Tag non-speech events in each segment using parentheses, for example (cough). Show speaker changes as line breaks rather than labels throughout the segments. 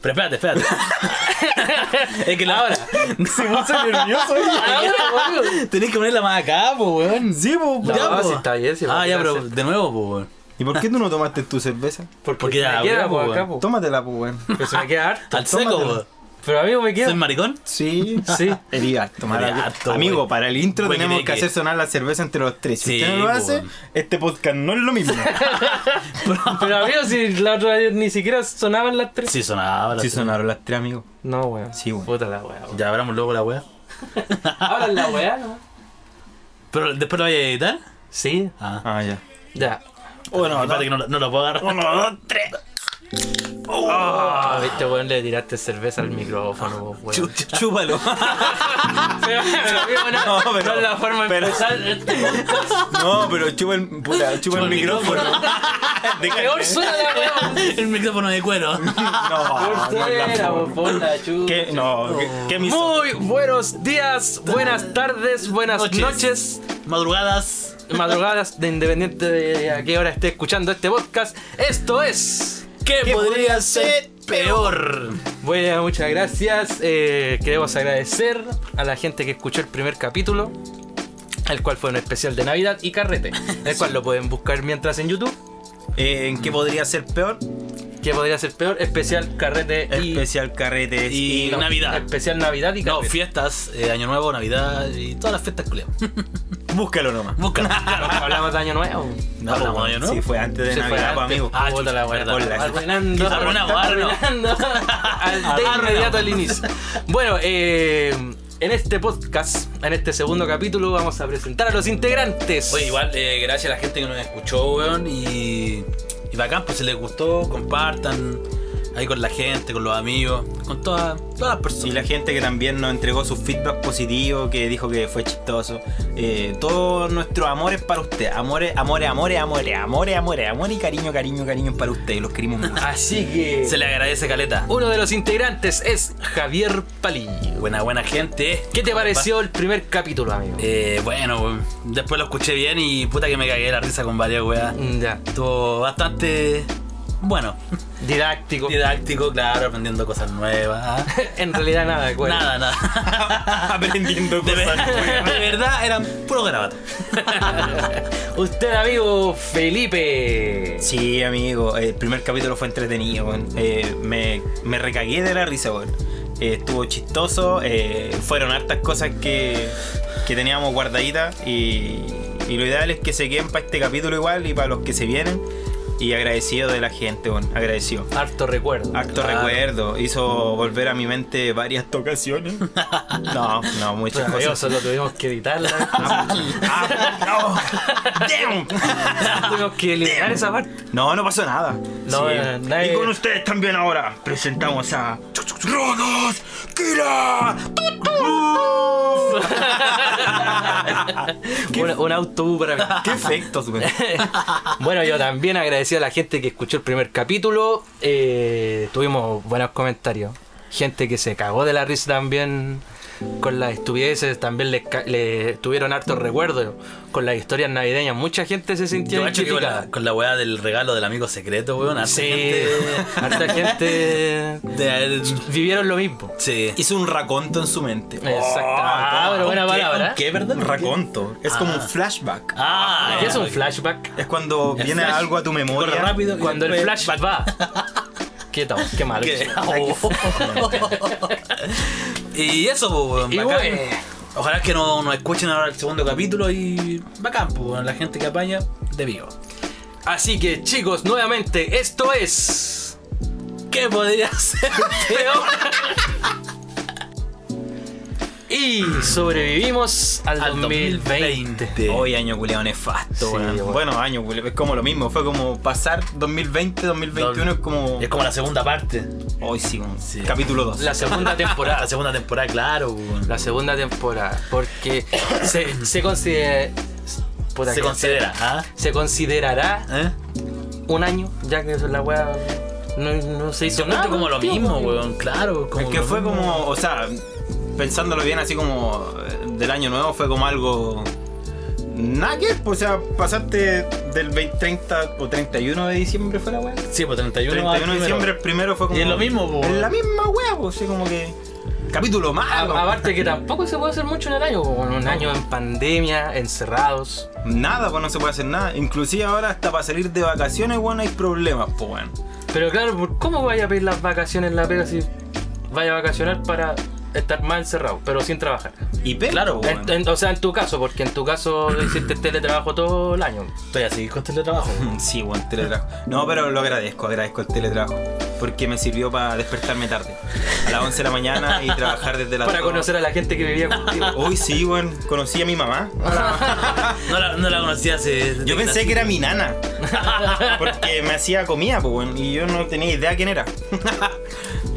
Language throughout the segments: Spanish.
Pero espérate, (laughs) espérate. es que la hora.
Se puso
(laughs)
nervioso.
Tenés que ponerla más acá, po, weón.
Sí, pues.
Ya,
No,
po.
si está bien, si va
ah,
a
ya,
tirarse.
pero de nuevo, po, weón.
¿Y por qué tú no tomaste tu cerveza?
Porque ya
me queda
abrió,
por
po,
acá,
weón.
po.
Tómatela, pues, weón.
Pero se me queda (laughs) harto.
Al seco,
Tómatela.
weón.
Pero a mí me queda.
¿Soy maricón?
Sí,
Sí.
Herida, tomar
Herida,
algo.
todo,
Amigo,
güey.
para el intro
Güey,
tenemos
tiene
que
que-
hacer sonar la cerveza entre los tres. Si
Sí,
usted no lo
güey.
hace, este podcast no es lo mismo.
Pero amigo, si la otra vez ni siquiera sonaban las tres.
Sí, sonaba. la-
sí sonaron las tres, amigo.
No, weón.
Sí, weón.
Puta la weá, weón.
Ya abramos luego la weá.
(laughs) Ahora la weá, ¿no?
Pero después la voy a editar.
Sí.
Ah.
Ah, ya.
Ya.
Bueno, espérate que no, la- no la puedo agarrar.
Uno, dos, tres.
Ah, viste, weón, le tiraste cerveza al micrófono, vos, (laughs) weón.
Chú- Chúpalo.
Pero, pero, amigo, (laughs) no,
No, pero-
no es la forma de
pero-
empezar este (laughs) podcast.
(laughs) No, pero chupa el, puta, chupa el
el
micrófono. (laughs) Deja-
Peor suena la weá.
(laughs) El micrófono de (laughs) cuero.
Ah,
No, no es la forma.
¿Qué?
¿Qué? No, ¿qué, qué miso-
Muy buenos días, buenas tardes, buenas
Noches.
noches,
Madrugadas.
madrugadas, de independiente de a qué hora esté escuchando este podcast. Esto es.
¿Qué, podría ser peor?
Bueno, muchas gracias. eh, queremos agradecer a la gente que escuchó el primer capítulo, el cual fue un especial de Navidad y carrete, el cual lo pueden buscar mientras en YouTube.
Eh, ¿En qué podría ser peor?
¿Qué podría ser peor? Especial carrete y.
Especial carrete.
y-
no,
Navidad.
Especial Navidad y
No,
carrete.
fiestas, eh, Año Nuevo, Navidad y todas las fiestas (laughs) culiadas.
Búscalo nomás.
Búscala.
Hablamos de Año Nuevo.
No, hablamos de Año Nuevo.
Sí, fue antes de
Se fue
Navidad,
antes.
pues, amigo.
Ah,
Puta
chucha,
la weá.
perdón.
Arruinando.
Arruinamos, arruinamos.
arruinando. Al de inmediato al inicio. Bueno, eh, en este podcast, en este segundo capítulo, vamos a presentar a los integrantes.
Oye, igual, eh, gracias a la gente que nos escuchó, weón. Y, y bacán, pues si les gustó, compartan ahí con la gente, con los amigos, con toda- todas las
Y
personas.
la gente que también nos entregó su feedback positivo, que dijo que fue chistoso. Eh, todo nuestro amor es para usted. Amores, amores, amores, amores, amores, amores, amor y cariño, cariño, cariño es para usted. Los queremos mucho.
Así que.
Se le agradece, Caleta.
Uno de los integrantes es Javier Palillo.
Buena, buena gente.
¿Qué te pareció el primer capítulo, amigo?
Eh, bueno, weón. Después lo escuché bien y puta que me cagué la risa con varias weas.
Mm, Ya.
Estuvo bastante bueno.
Didáctico.
Didáctico, claro, aprendiendo cosas nuevas.
(laughs) en realidad nada, de acuerdo.
Nada, nada.
(laughs) Aprendiendo
De, ver-
cosas nuevas.
de verdad eran puro garabato.
Usted, amigo Felipe.
Sí, amigo, eh, el primer capítulo fue entretenido, weón. Eh, me, me recagué de la risa, weón. Eh, estuvo chistoso, eh, fueron hartas cosas que, que teníamos guardaditas y, y lo ideal es que se queden para este capítulo igual y para los que se vienen. Y agradecido de la gente, weón, agradecido.
Harto recuerdo.
Acto
Claro.
recuerdo, hizo volver a mi mente varias tocaciones. No, no, muchas
Maravilloso,
cosas.
lo tuvimos que editar. la-
Ah, no. Damn.
(laughs) tuvimos que eliminar esa parte.
No, no pasó nada.
No, eh, nadie-
Y con ustedes también ahora presentamos a Rodos Kira.
un, un autobús para mí.
(laughs) Qué efectos, güey.
(laughs) Bueno, yo también agradecí a la gente que escuchó el primer capítulo. eh, tuvimos buenos comentarios. Gente que se cagó de la risa también con las estupideces. También le, tuvieron hartos recuerdos con las historias navideñas. Mucha gente se sintió
Yo cacho que con
identificada.
la, con la weá del regalo del amigo secreto, weón. harta
Sí,
gente
harta gente
de haber-
vivieron lo mismo.
Sí.
(laughs) Hizo un raconto en su mente.
Exacto. Ah, pero buena
¿un qué?
palabra.
¿Un ¿Qué, verdad? Un raconto. Es como un flashback.
Ah,
¿Qué es un flashback?
Es cuando
El
viene
flash-
algo a tu memoria.
Corre rápido.
Cuando el
después-
flashback va. Quieto, qué malo.
¿Qué? y eso, po, weón,
Y
bacán.
bueno.
Ojalá que no- nos escuchen ahora el segundo capítulo y bacán, po, weón, la gente que apaña de vivo.
Así que chicos, nuevamente, esto es...
¿Qué podría (laughs) ser?
Peor. y sobrevivimos al,
Al
2020.
2020.
Hoy año culiao nefasto,
Sí,
weón.
weón.
Bueno, año culiao, es como lo mismo, fue como pasar 2020, 2021 es como
Es como la segunda parte.
hoy sí, weón.
Sí.
capítulo 2.
La segunda
La
temporada.
segunda temporada, claro. weón.
La segunda temporada. Porque se, se considera... puta
Se
que-
considera, ¿ah?
Se considerará
¿Eh?
un año, ya que eso es la weá... No, no se hizo
Yo encuentro
nada.
como lo
tío,
mismo, weón, claro.
Es
como
que
lo
fue
mismo.
como, o sea, pensándolo bien así como eh, del año nuevo fue como algo Nada que, ver, pues, o sea, pasaste del 20, 30 o 31 de diciembre fue la weá.
Sí, pues 31,
31 de
primero.
diciembre, el primero fue como.
Y es lo mismo, po.
Es la misma weá, pues, así como que. Capítulo
A-
malo.
Aparte que tampoco se puede hacer mucho en el año, po, en un año en pandemia, encerrados.
Nada, pues no se puede hacer nada. Inclusive ahora hasta para salir de vacaciones, weón, hay problemas, pues weón.
Pero claro, ¿por ¿cómo vaya a pedir las vacaciones en la pega si vaya a vacacionar para estar más encerrado, pero sin trabajar?
Y pe-
Claro,
pues,
weón.
En- en- o sea, en tu caso, porque en tu caso hiciste teletrabajo todo el año.
Estoy así con teletrabajo.
Mm, (laughs) Sí, weón, teletrabajo. No, pero lo agradezco, agradezco el teletrabajo. Porque me sirvió para despertarme tarde. A las 11 de
(laughs)
la mañana y trabajar desde las
Para
dos.
conocer a la gente que (laughs) vivía contigo.
Uy, sí, weón. Conocí a mi mamá.
(laughs)
Ah,
No la, no la conocía hace.
Yo pensé que era mi nana. Porque me hacía comida, pues, weón. Y yo no tenía idea quién era. (laughs)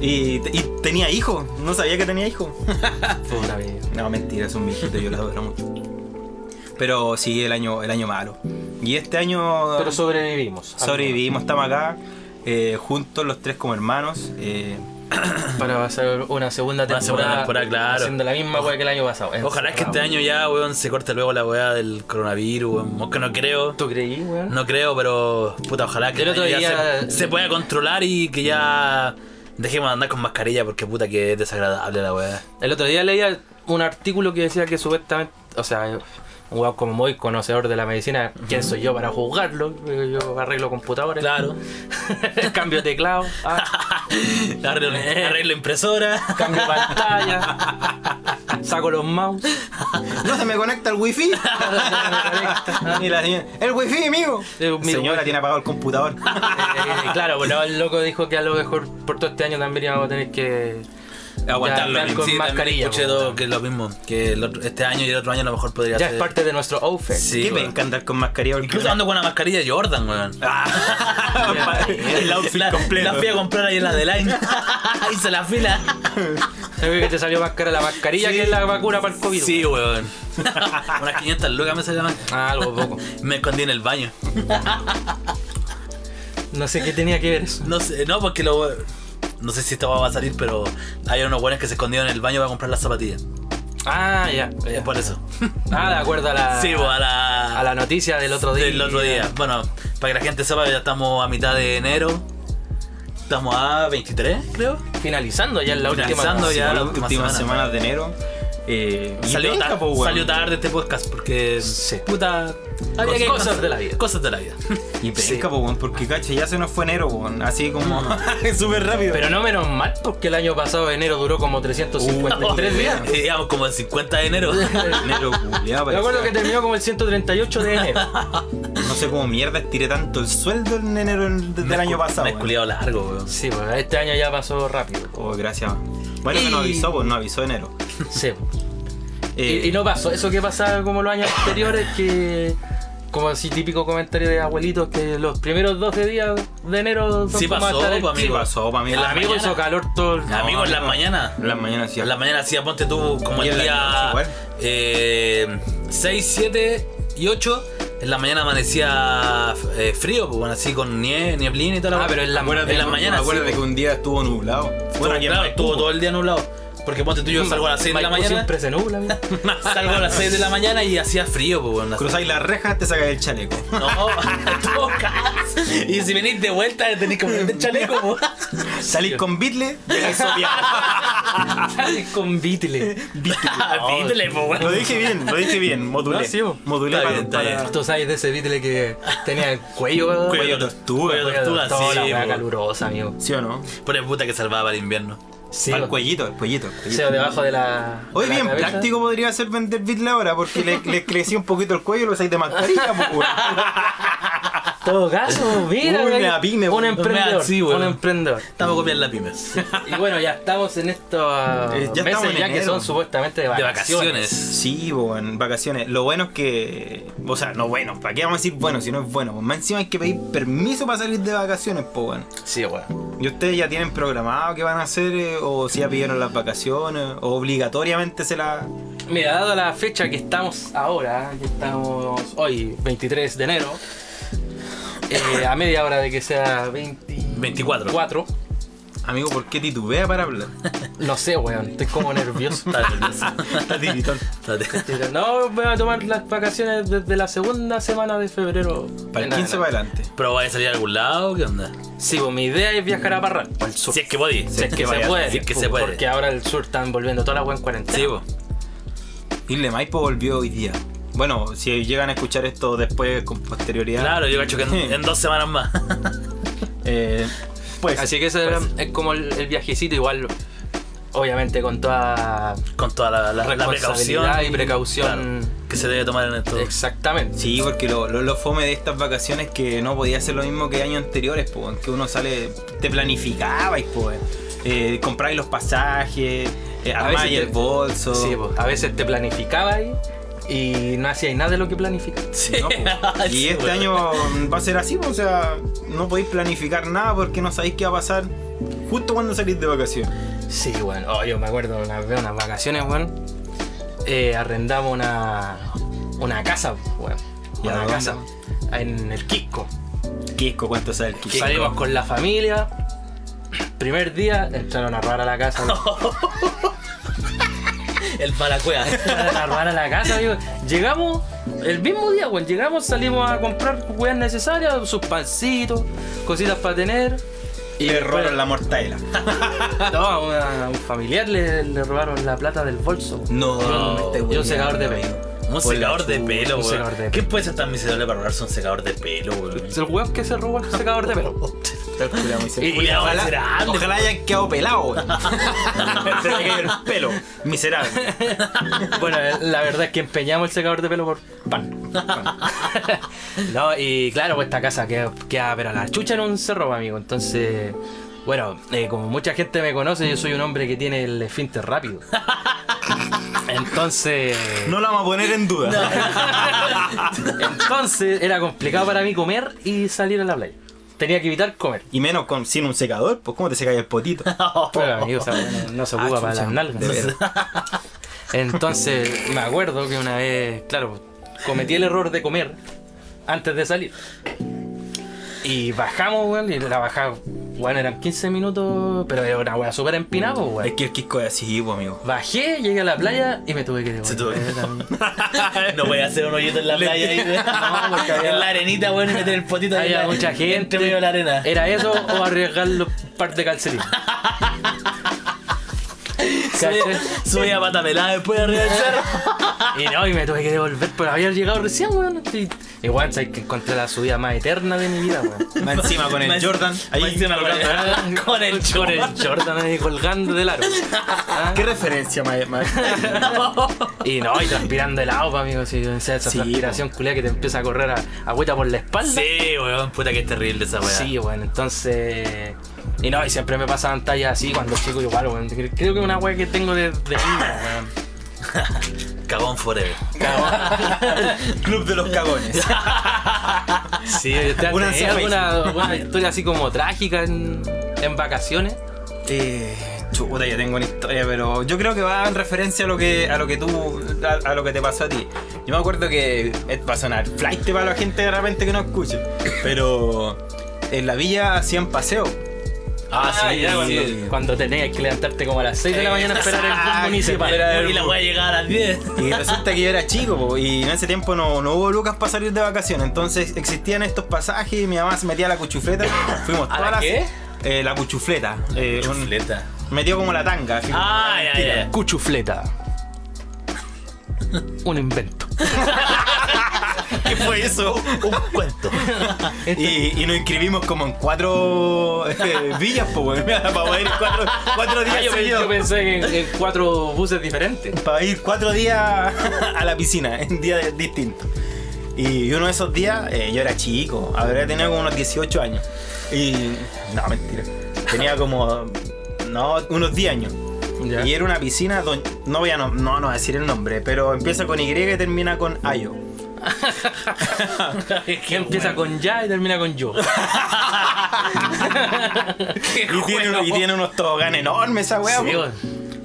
Y, y tenía hijo. No sabía que tenía hijo. (laughs)
Puta vida.
No, mentira, es un viejito, yo lo adoro mucho. Pero sí, el año, el año malo. Y este año
Pero
Ah,
sobrevivimos.
sobrevivimos, estamos acá, eh, juntos los tres como hermanos. eh,
Ah, Para hacer una segunda
Una
temporada.
segunda temporada, claro.
Haciendo la misma weá que el año pasado.
Ojalá es que este
Encerrado.
año ya, weón, se corte luego la weá del coronavirus, weón. Aunque no creo.
¿Tú creí, weón?
No creo, pero. Puta, ojalá que
El otro
ya
día-
se, se pueda controlar y que ya. Dejemos de andar con mascarilla porque puta que es desagradable la weá.
El otro día leía un artículo que decía que supuestamente, o sea, un guau como muy conocedor de la medicina, ¿quién soy yo para juzgarlo? Yo arreglo computadores,
Claro.
(laughs) cambio teclado, ah,
Arreglo, (laughs) arreglo impresora.
cambio pantalla, saco los mouse.
(laughs)
(laughs)
no se me conecta el (laughs) wifi. Y la señora, el wifi, amigo.
Eh, mi
Señora,
wifi.
tiene apagado el computador.
Eh, claro, pero el loco dijo que a lo mejor por todo este año también íbamos a tener que
Aguantarlo,
Ya,
amigo.
con
Sí, también
mascarilla,
escuché
weón.
todo que es lo mismo. Que el otro- este año y el otro año a lo mejor podría
Ya
ser.
es parte de nuestro outfit.
Sí,
Qué
weón.
penca andar con mascarilla. porque-
Incluso ando con una mascarilla de Jordan,
(laughs)
weón.
(laughs)
(laughs)
Ah, el outfit
la,
completo.
la fui a comprar ahí en la de Line. (laughs) Hice la fila.
¿Sabes que te salió más cara la mascarilla
Sí.
que la vacuna para el COVID?
Sí, weón. Unas 500 lucas me salieron.
Ah, algo poco.
Me escondí en el baño.
No sé qué tenía que ver eso.
No sé, no, porque lo. No sé si esto va a salir, pero hay unos buenos que se escondieron en el baño para comprar las zapatillas.
Ah, ya.
Es
ya.
por eso.
Ah, de acuerdo a la,
sí, pues, a la.
a la noticia del otro día.
Del otro día. Bueno, para que la gente sepa, ya estamos a mitad de enero. Estamos a 23, creo.
Finalizando ya en la
Finalizando
última.
ya la última
últimas
semana.
semanas de enero. eh, y
Salió,
penca,
tar-
po, weón.
salió tarde este podcast porque.
Sí.
Puta. había
Cos-
que-
cosas de la vida.
Cosas de la vida.
Y
Sí.
pesca, po, weón, porque cacho, ya se nos fue enero, po, weón. Así como
Mm.
súper rápido.
Pero no menos mal, porque el año pasado enero duró como 353
(laughs)
Uh,
días.
Y eh, Digamos como el 50 de enero.
(laughs) enero, culiao,
Me acuerdo que
parecía-
terminó como el 138 de enero.
No sé cómo mierda estiré tanto el sueldo en enero del, del
Me
año
escu-
pasado. eh.
Me he
weón.
culiado largo, weón.
Sí, pues este año ya pasó rápido.
Oh, gracias. Bueno, que no
Y-
avisó, pues no avisó enero.
Sí. pues.
(laughs)
Eh,
Y, y no pasó. Eso que pasaba como los años anteriores, que. Como así típico comentario de abuelitos, que los primeros 12 días de enero son
Sí
como
pasó,
hasta el Ah,
pues,
sí
amigo.
pasó, pa' mí.
En la Ah,
Amigo,
Amigo, hizo calor todo el
No,
Amigo, en las
amigo.
mañana.
en las mañanas sí.
En la mañana sí, ponte tú como
Y
el
en la
día
noche igual.
eh, 6, 7 y 8. En la mañana amanecía eh, frío, pues bueno, así con nieve, nieblina y tal.
Ah, pero en la-
Acuérdate
en
que-
las mañanas. sí,
Acuérdate que un día estuvo nublado.
pues,
Bueno,
estuvo-
aquí en
claro,
Maipú,
estuvo todo el día nublado. Porque ponte tú, yo salgo a las 6 de la
Maipú
mañana.
siempre se nubla, amigo.
(laughs) Salgo a las 6 de la mañana y hacía frío, pues bueno. así-
Cruzáis las rejas, te sacáis el chaleco.
No, (laughs) tocas. (laughs) Y si venís de vuelta, tenéis que ponerte el chaleco, pues.
Salís con bitle, llegáis
con Beatle.
(laughs) Pídele, pues bueno.
Lo dije bien, lo dije bien. Modulé.
No, sí, po.
modulé
Está
para,
bien, está
para-
bien.
Tú sabes de ese Beatle que tenía el cuello.
Cuello
Cuello
tortuga.
Cuello tortuga,
toda la
sí, pues.
weá
po.
calurosa, amigo.
¿Sí o no?
Por el puta que salvaba el invierno.
Sí, pues.
Al
po.
cuellito, el cuellito. el
O
cuellito.
sea, debajo de la.
Hoy
de la
bien,
cabeza.
práctico podría ser vender bitle ahora porque le, le crecí un poquito el cuello y lo usáis de mascarilla, po, weón.
Todo caso, mira.
Uy,
güey.
me apime,
un
me
emprendedor.
así, güey.
un emprendedor.
Estamos copiando la pymes.
Y bueno, ya estamos en estos
Eh,
ya
ya
meses
estamos en
ya que
enero.
son supuestamente de
De
vacaciones.
vacaciones.
Sí, bo, en vacaciones. Lo bueno es que. O sea, no bueno. ¿Para qué vamos a decir bueno si no es bueno? Más encima hay que pedir permiso para salir de vacaciones, po, weón.
Sí, güey.
¿Y ustedes ya tienen programado qué van a hacer? eh, ¿O si ya pidieron las vacaciones? ¿O obligatoriamente se la.?
Mira, dado la fecha que estamos ahora, que estamos hoy, 23 de enero, eh, a media hora de que sea 20
24.
4.
Amigo, ¿por qué titubea
(laughs)
para hablar?
No sé, weón. Estoy como nervioso.
Está nervioso.
Está tiritón.
Está-
Pero No, voy a tomar las vacaciones desde la segunda semana de febrero.
Para el
Nada,
15
nada.
para adelante.
¿Pero vais a salir a algún lado? ¿Qué onda?
Sí, pues mi idea es viajar a Parral, para el sur.
Si es que podí.
Si es que,
vaya,
se puede.
si es que se puede.
Porque ahora el sur están volviendo toda la buena cuarentena.
Sí, po.
Isle Maipo pues, volvió hoy día. Bueno, si llegan a escuchar esto después con posterioridad.
Claro, yo cacho que en, en dos semanas más.
(laughs)
(laughs)
Eh, pues.
Así que ese era- es como el, el viajecito, igual, obviamente con toda
Con toda la, la- la
responsabilidad
precaución.
y precaución.
claro, que se debe tomar en esto.
Exactamente.
Sí, porque lo, lo, lo fome de estas vacaciones que no podía ser lo mismo que años anteriores, po, en que uno sale, te planificabais, pues. Eh, compráis los pasajes, eh,
A
armáis
veces
el
te-
bolso.
Sí, pues, a veces te planificabas y no hacías nada de lo que planificabas.
Sí.
No, po.
Sí,
y este
weón.
año va a ser así, po, o sea, no podéis planificar nada porque no sabéis qué va a pasar justo cuando salís de vacaciones.
Sí, bueno, oh, yo me acuerdo una vez, unas vacaciones, bueno, eh, arrendamos una, una casa, bueno,
¿Y a
una
dónde?
casa en el Quisco.
Quisco, cuánto sale el Quisco.
Salimos con la familia. Primer día entraron a robar a la casa. weón.
El
(laughs)
Paracuea.
Entraron a robar a la casa, amigo. Llegamos el mismo día, weón. Llegamos, salimos a comprar weas necesarias, sus pancitos, cositas para tener.
Y le robaron la mortadela.
No, a una- a un familiar le, le robaron la plata del bolso.
No, este
me estáis
un secador
weando, amigo.
Un secador de pelo,
un secador
weón.
de pelo.
¿Qué puede ser tan miserable para robarse un secador de pelo, weón?
Es el weón que se robó el secador de pelo.
Y,
Y la weá será
ojalá,
grande.
ojalá hayan quedado pelado. (laughs) weón. Se le cayó el pelo. Miserable.
Bueno, eh, la verdad es que empeñamos el secador de pelo por pan. no, y claro, pues esta casa queda, queda pero a la chucha en un cerro, pues, amigo. Entonces, bueno, eh, como mucha gente me conoce, yo soy un hombre que tiene el esfínter rápido. Entonces,
No lo vamos a poner en duda.
entonces era complicado para mí comer y salir a la playa. Tenía que evitar comer.
Y menos con, sin un secador, pues cómo te secáis el potito.
Pero, amigo, o sea, no, no se ocupa
Ah,
para
chucha,
las nalgas.
de verdad.
Entonces, me acuerdo que una vez, claro, cometí el error de comer antes de salir. Y bajamos, weón, y la bajada, weón, eran 15 minutos, pero era una weá súper empinada, pues,
Es
weón.
que el Quisco es así, pues, amigo.
Bajé, llegué a la playa y me tuve que devolver.
Se tuvo que- (laughs) No voy a hacer un hoyito en la
Le-
playa ahí, weón.
(laughs) No, porque
(laughs)
había-
En la arenita, weón, y meter el potito ahí. en
Había
la-
mucha gente.
Entre medio de la
(laughs)
arena.
Era eso o arriesgar los par de calcetines. ¿Cachai?
Subí a pata pelada después arriba del
(laughs)
cerro.
Y no, y me tuve que devolver, pero había llegado recién, weón. Y, y weón, sabes que encontré la subida más eterna de mi vida, weón.
Más encima con el
Más-
Jordan. Ahí
más encima con el-
colgando.
Con el
(laughs) Con el
Jordan.
Jordan ahí colgando del aro. Ah,
¿Qué referencia, mae- mae?
Y no, y transpirando helado, pa, amigo. Si, o sea, esa
Sí,
transpiración culia que te empieza a correr a, agüita por la espalda.
Sí, weón, puta que es terrible esa weá.
Sí, bueno, entonces. Y no, y siempre me pasaban tallas así cuando chico igual, weón. Creo creo que es una weá que tengo de, de niño, weón.
Cagón forever.
Club de los cagones.
Sí, (laughs) ¿te has
Una
tenido
en
alguna, alguna historia así como trágica en, en vacaciones?
Eh, chuta, yo tengo una historia, pero yo creo que va en referencia a lo que a lo que tú a, a lo que te pasó a ti. Yo me acuerdo que eh, va a sonar flight para la gente de repente que no escuche, pero en la villa hacían paseo.
Ah, sí,
ya,
sí.
cuando, cuando tenías que levantarte como a las 6 de la mañana a esperar el bus municipal.
Era el
Y la
bus.
voy a llegar a las 10.
Y resulta que yo era chico po, y en ese tiempo no, no hubo lucas para salir de vacaciones. Entonces existían estos pasajes y mi mamá se metía a la cuchufleta. Fuimos
¿A la
todas las-
qué?
eh, la cuchufleta. eh, un-
Chufleta.
metió como la tanga. así como
Ah,
la
ya,
mentira.
ya.
Cuchufleta. (laughs) Un invento.
¿Qué fue eso?
(laughs) Un cuento.
Y, y nos inscribimos como en cuatro (laughs) eh, villas, pues, weón. (laughs) Para poder ir cuatro, cuatro días
Ah, yo, pe-
seguidos.
yo pensé que en, en cuatro buses diferentes.
(laughs) Para ir cuatro días a la piscina, en días distintos. Y uno de esos días, eh, yo era chico, habría tenido como unos 18 años. Y. No, mentira. Tenía como. No, unos 10 años.
Ya.
Y era una piscina donde. No voy a, no, no, no voy a decir el nombre, pero empieza con Y y termina con Ayo.
Que empieza con ya y termina con yo. (laughs)
Y tiene, y tiene unos toboganes enormes esa weá,
Sí,
po.
weón.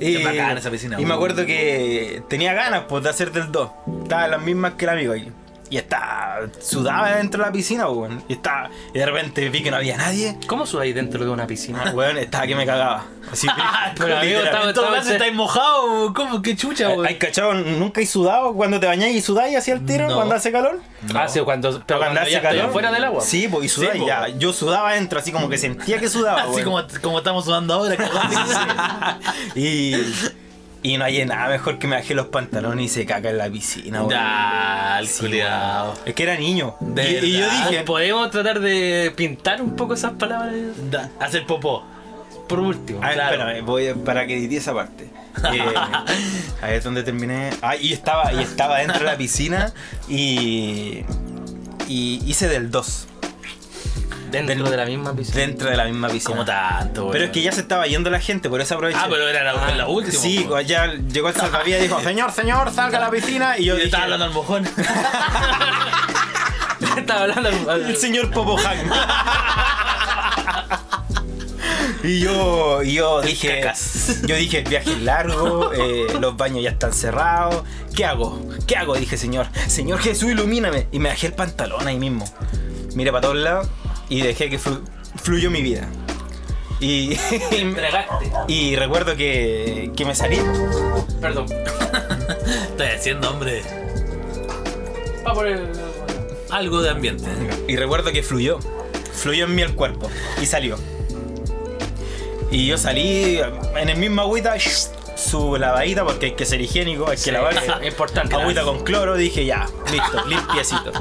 Y,
Es bacán esa piscina,
y me
weón.
acuerdo que tenía ganas pues, de hacer del 2. Estaba las mismas que el amigo ahí. y estaba sudaba dentro de la piscina, weón. Y estaba, y de repente vi que no había nadie.
¿Cómo sudáis dentro de una piscina?
Weón, estaba que me cagaba. Así (laughs)
Pero, (laughs) amigo,
literal.
estaba-
En todo caso,
ser-
estáis mojado, ¿cómo? ¿Qué chucha,
Ay,
weón?
ay, cachado, nunca hay sudado cuando te bañáis y sudáis hacia el tiro
No.
cuando hace calor.
Ah, sí, cuando, pero cuando
hace
ya estoy fuera del agua.
Sí, pues y sudáis
po.
ya. Yo sudaba dentro, así como que sentía que
Ah,
sudaba.
(laughs) Así
weón.
como, como estamos sudando ahora,
(laughs)
cagando. (laughs)
Y, y no hay nada mejor que me bajé los pantalones y se caca en la piscina, weón.
Ya, el
Sí,
culiao.
weón. Es que era niño.
De
y, y yo
verdad. Ah, pues,
dije,
¿Podemos tratar de pintar un poco esas palabras?
Da- Hacer popó.
Por último.
A ver,
Claro.
espérame, voy a- para que edite esa parte. Eh,
(laughs)
a ver dónde terminé. Ah, y estaba, y estaba dentro de la piscina y, y hice del 2
Dentro de la misma piscina.
dentro de la misma piscina.
Como tanto, weón.
Pero es que ya se estaba yendo la gente, por eso aproveché.
Ah, pero era la, la última.
Sí, pues,
weón.
ya llegó el salvavidas y dijo, señor, señor, salga a la piscina. Y
Yo
yo dije,
estaba hablando al
(laughs)
mojón.
(laughs) Estaba hablando al-
el señor Popojan. Y yo, y yo dije,
cacas.
yo dije, el viaje es largo, eh, los baños ya están cerrados, ¿qué hago? ¿Qué hago? Dije, Señor, Señor Jesús, ilumíname. Y me bajé el pantalón ahí mismo. Miré para todos lados y dejé que flu- fluyó mi vida. Y, (laughs)
Entregaste.
y recuerdo que, que me salí.
Perdón.
Estoy haciendo, hombre,
Va por el.
algo de ambiente.
Y recuerdo que fluyó. Fluyó en mí el cuerpo. Y salió. Y yo salí en el mismo agüita, su lavadita, porque hay que ser higiénico, hay que
Sí,
lavarse.
(laughs) es importante.
Agüita con cloro, dije ya, listo, limpiecito.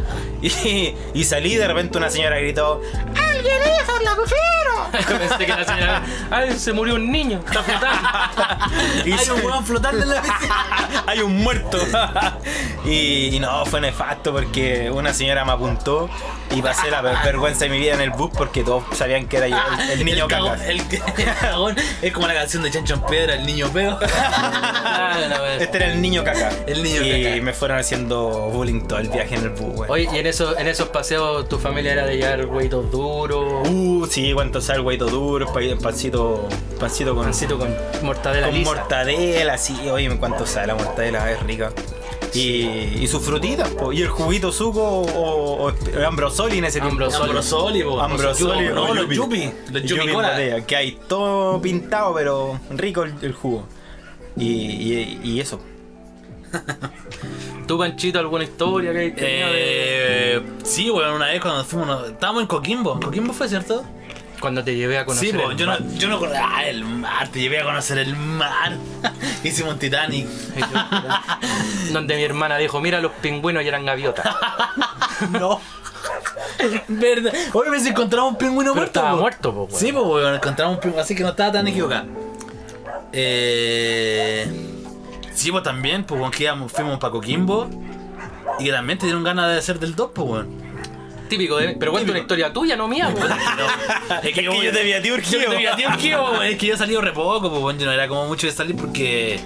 Y, y salí, de repente una señora gritó, ¡Alguien hizo el agujero!
(laughs) Pensé que la
(laughs)
señora. Ay, se murió un niño. Está flotando.
Y
Hay un
se-
huevón flotando en la piscina.
(laughs) hay un muerto. (laughs) y, y no, fue nefasto porque una señora me apuntó y pasé la ver- vergüenza de mi vida en el bus porque todos sabían que era yo, el, el (laughs) niño
cagón,
caca.
(laughs) el, el cagón es como la canción de Chancho en Piedra, el niño peo.
(laughs)
Ah, no, no, no.
Este era el niño caca.
El niño
y
caca.
me fueron haciendo bullying todo el viaje en el bus, güey.
Oye, y en, eso, en esos paseos tu familia era de llevar hueitos duros,
Uh, sí, cuánto sal, güey, todo duro, pa- pancito, pancito con,
pancito con mortadela
con
lisa.
mortadela, sí, oye, cuánto sale la mortadela, es rica. Y, y sus frutitas, po, y el juguito suco o, o esp- ambrosoli en ese tiempo.
Ambrosoli.
Ambrosoli, po.
Ambrosoli,
No,
o
los yupi. Los yupi
en
cola.
botella, Que hay todo pintado, pero rico el, el jugo. Y, y- y eso.
¿Tú, Panchito, alguna historia que hayas tenido de-
Eh, sí, weón, una vez cuando fuimos, nos- estábamos en Coquimbo. ¿Coquimbo fue, cierto?
Cuando te llevé a conocer.
Sí, po,
el
yo,
mar.
no, yo no conocía ah, el mar, te llevé a conocer el mar. (laughs) Hicimos un Titanic. (laughs)
Donde mi hermana dijo, mira los pingüinos y eran gaviotas.
Ah, No. Verdad. Otra vez encontramos un pingüino
Pero
muerto.
estaba
po.
muerto, po, weón.
Sí, pues, weón, encontramos un pingüino. Así que no estaba tan equivocado. Eh. Sí, pues también, pues, weón, que íbamos- fuimos para Coquimbo. Y que también te dieron ganas de hacer del dos, pues, weón.
Típico de Pero cuento una
Típico.
historia tuya, no mía, weón.
No, es
Es que yo te vi a ti urgido.
Yo te vi a ti urgido, weón. Es que yo he salido re poco, pues, weón. Yo no era como mucho de salir porque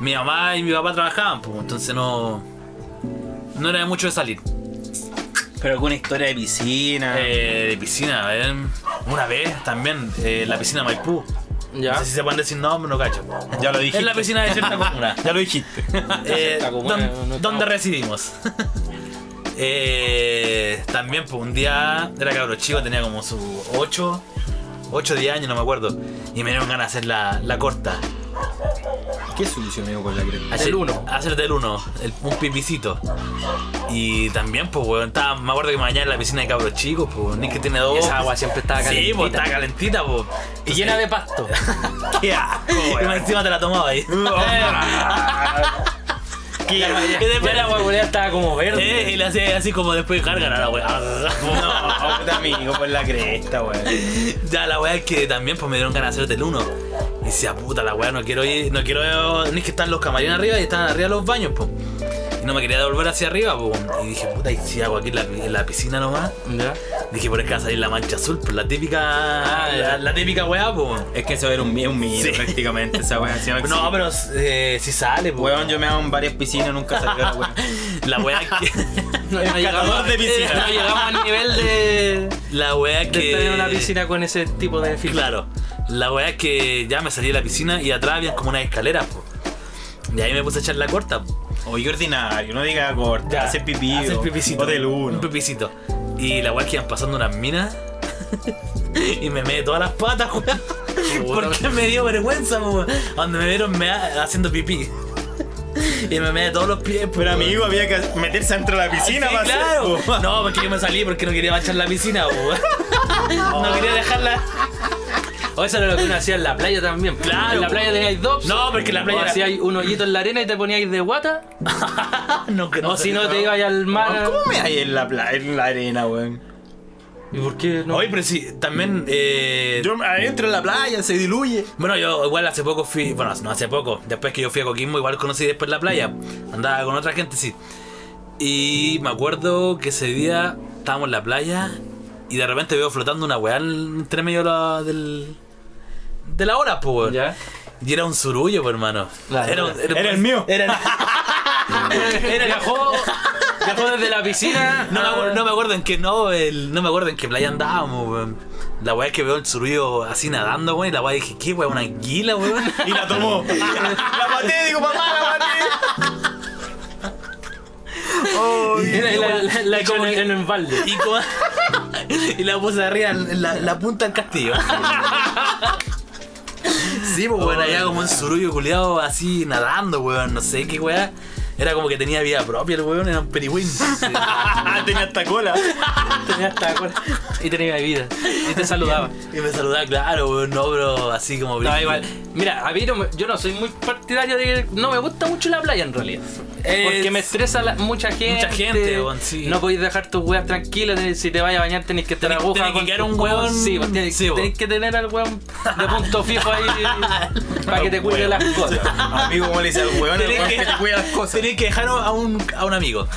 mi mamá y mi papá trabajaban, pues, entonces no. No era mucho de salir.
Pero alguna historia de piscina.
Eh, de piscina, eh. Una vez también, eh, la piscina Maipú.
Ya.
No sé si se pueden decir nombre, no cacho.
ya lo dijiste.
Es la piscina de
(laughs)
cierta comuna.
Ya lo dijiste.
Eh,
Cierta comuna,
don-
no estamos.
donde residimos. (laughs) Eh, también, pues un día era cabro chico, tenía como sus 8, 8 10 años, no me acuerdo. Y me dieron ganas de hacer la, la corta.
¿Qué solución me dio con la crema?
Hacer-
uno.
Hacer del uno, el- un pipicito. Y también, pues, weón, estaba- me acuerdo que me bañaba en la piscina de cabros chicos, pues, ni que tiene dos.
Y esa agua siempre estaba
Sí, pues,
calentita.
estaba calentita, pues.
Y llena
(laughs)
de pasto.
(laughs)
(laughs)
¡Qué (laughs) asco,
Y más
weón!
encima te la tomaba
(laughs)
ahí. (laughs)
¡Qué
Y después la huevonea estaba como verde.
Eh, y le hacía así como después cargan a la (laughs) weá.
No, puta amigo, por la cresta, weón.
ya la weá es que también pues me dieron ganas de hacer del 1. Y decía, puta la weá, no quiero ir, no quiero. Ni es que están los camarines arriba y están arriba los baños, pues. Y no me quería devolver hacia arriba, pues. Y dije, puta, y si hago aquí en la, en la piscina nomás.
Ya.
Dije, por acá va a salir la mancha azul, pues la típica. La, la típica weá, pues.
Es que eso era un, mi- un mito
Sí.
prácticamente, esa weón. Si no,
No,
no
pero eh, si sale, pues.
weón, yo me hago en varias piscinas, nunca salió la (laughs) weón.
La weá
(laughs)
que. (laughs)
No, no llegamos,
catador de piscina.
no llegamos al nivel de,
La weá que.
de estar en una piscina con ese tipo de filtro.
Claro, la weá es que ya me salí de la piscina y atrás había como unas escaleras, po. Y ahí me puse a echar la corta.
Oye, ordinario, no diga corta.
Ya.
Hace pipí.
Hace
o-
pipicito.
O del uno.
Un pipicito. Y la weá que iban pasando unas minas. (laughs) y me meé todas las patas, weón. (laughs) Porque me dio vergüenza, weón. Donde me vieron mea- haciendo pipí. y me meé todos los pies,
Pero
weón.
amigo, había que meterse dentro de la piscina
Sí,
para hacer,
claro.
(laughs) po.
No, porque yo me salí porque no quería manchar la piscina, weón. no quería dejarla. (laughs)
O eso era lo que uno hacía en la playa también.
Claro. pues.
En la playa teníais dos.
No, porque en la playa
O
era-
hacíais un hoyito en la arena y te poníais de guata.
no, que
O si no, te
iba
ibais al mar.
¿Cómo me hay en la, pla- en la arena, weón?
¿Y por qué no?
Oye, pero sí, también. Eh,
Mm. Yo adentro en la playa, se diluye.
Bueno, yo igual hace poco fui. Bueno, no hace poco. Después que yo fui a Coquimbo, igual conocí después la playa. Andaba con otra gente, sí. Y me acuerdo que ese día estábamos en la playa y de repente veo flotando una weá entre medio de la- del. de la hora, pues, weón.
¿Ya?
Y era un surullo, pues, hermano.
Claro.
Era el mío.
(laughs) Era,
Era viajó, viajó desde la piscina.
no, me
a-
acuerdo, no me acuerdo en qué no, el- no me acuerdo en qué playa andábamos, weón. La weá es que veo el surullo así nadando, weón. Y la weá dije, ¿qué weón? ¿Una anguila, weón?
Y la tomó. la maté, digo, mamá, la maté. Oh,
Era
Y
la- la- la-
y
como
con el-
en el balde.
Y, co- (laughs) y la puse arriba en la, la punta del castillo. Sí, pues bueno, allá como un surullo culiado así nadando, weón, no sé qué weá. Era como que tenía vida propia el weón, era un perigüín.
(laughs) tenía hasta cola.
Tenía hasta cuerda. Y tenía vida. Y te saludaba.
Y me saludaba, claro, weón, no, bro, así como
No,
brígido.
igual. Mira, a mí no me- yo no soy muy partidario de. No me gusta mucho la playa en realidad.
Es-
Porque me estresa la- mucha gente.
gente, weón, sí.
No podéis dejar tus weas tranquilas. tenés- Si te vayas a bañar, tenés que estar
Tenés-
aguja.
tenés que
con
quedar
tus
un weón-
Sí, vos tenés,
sí, vos.
tenés que tener al weón de punto fijo
(laughs)
ahí. para que te cuide las cosas.
Amigo, ¿cómo le dice al weón? El
Tenés
weón
que-
que te cuida las cosas.
Tenés que dejar a un, a un amigo.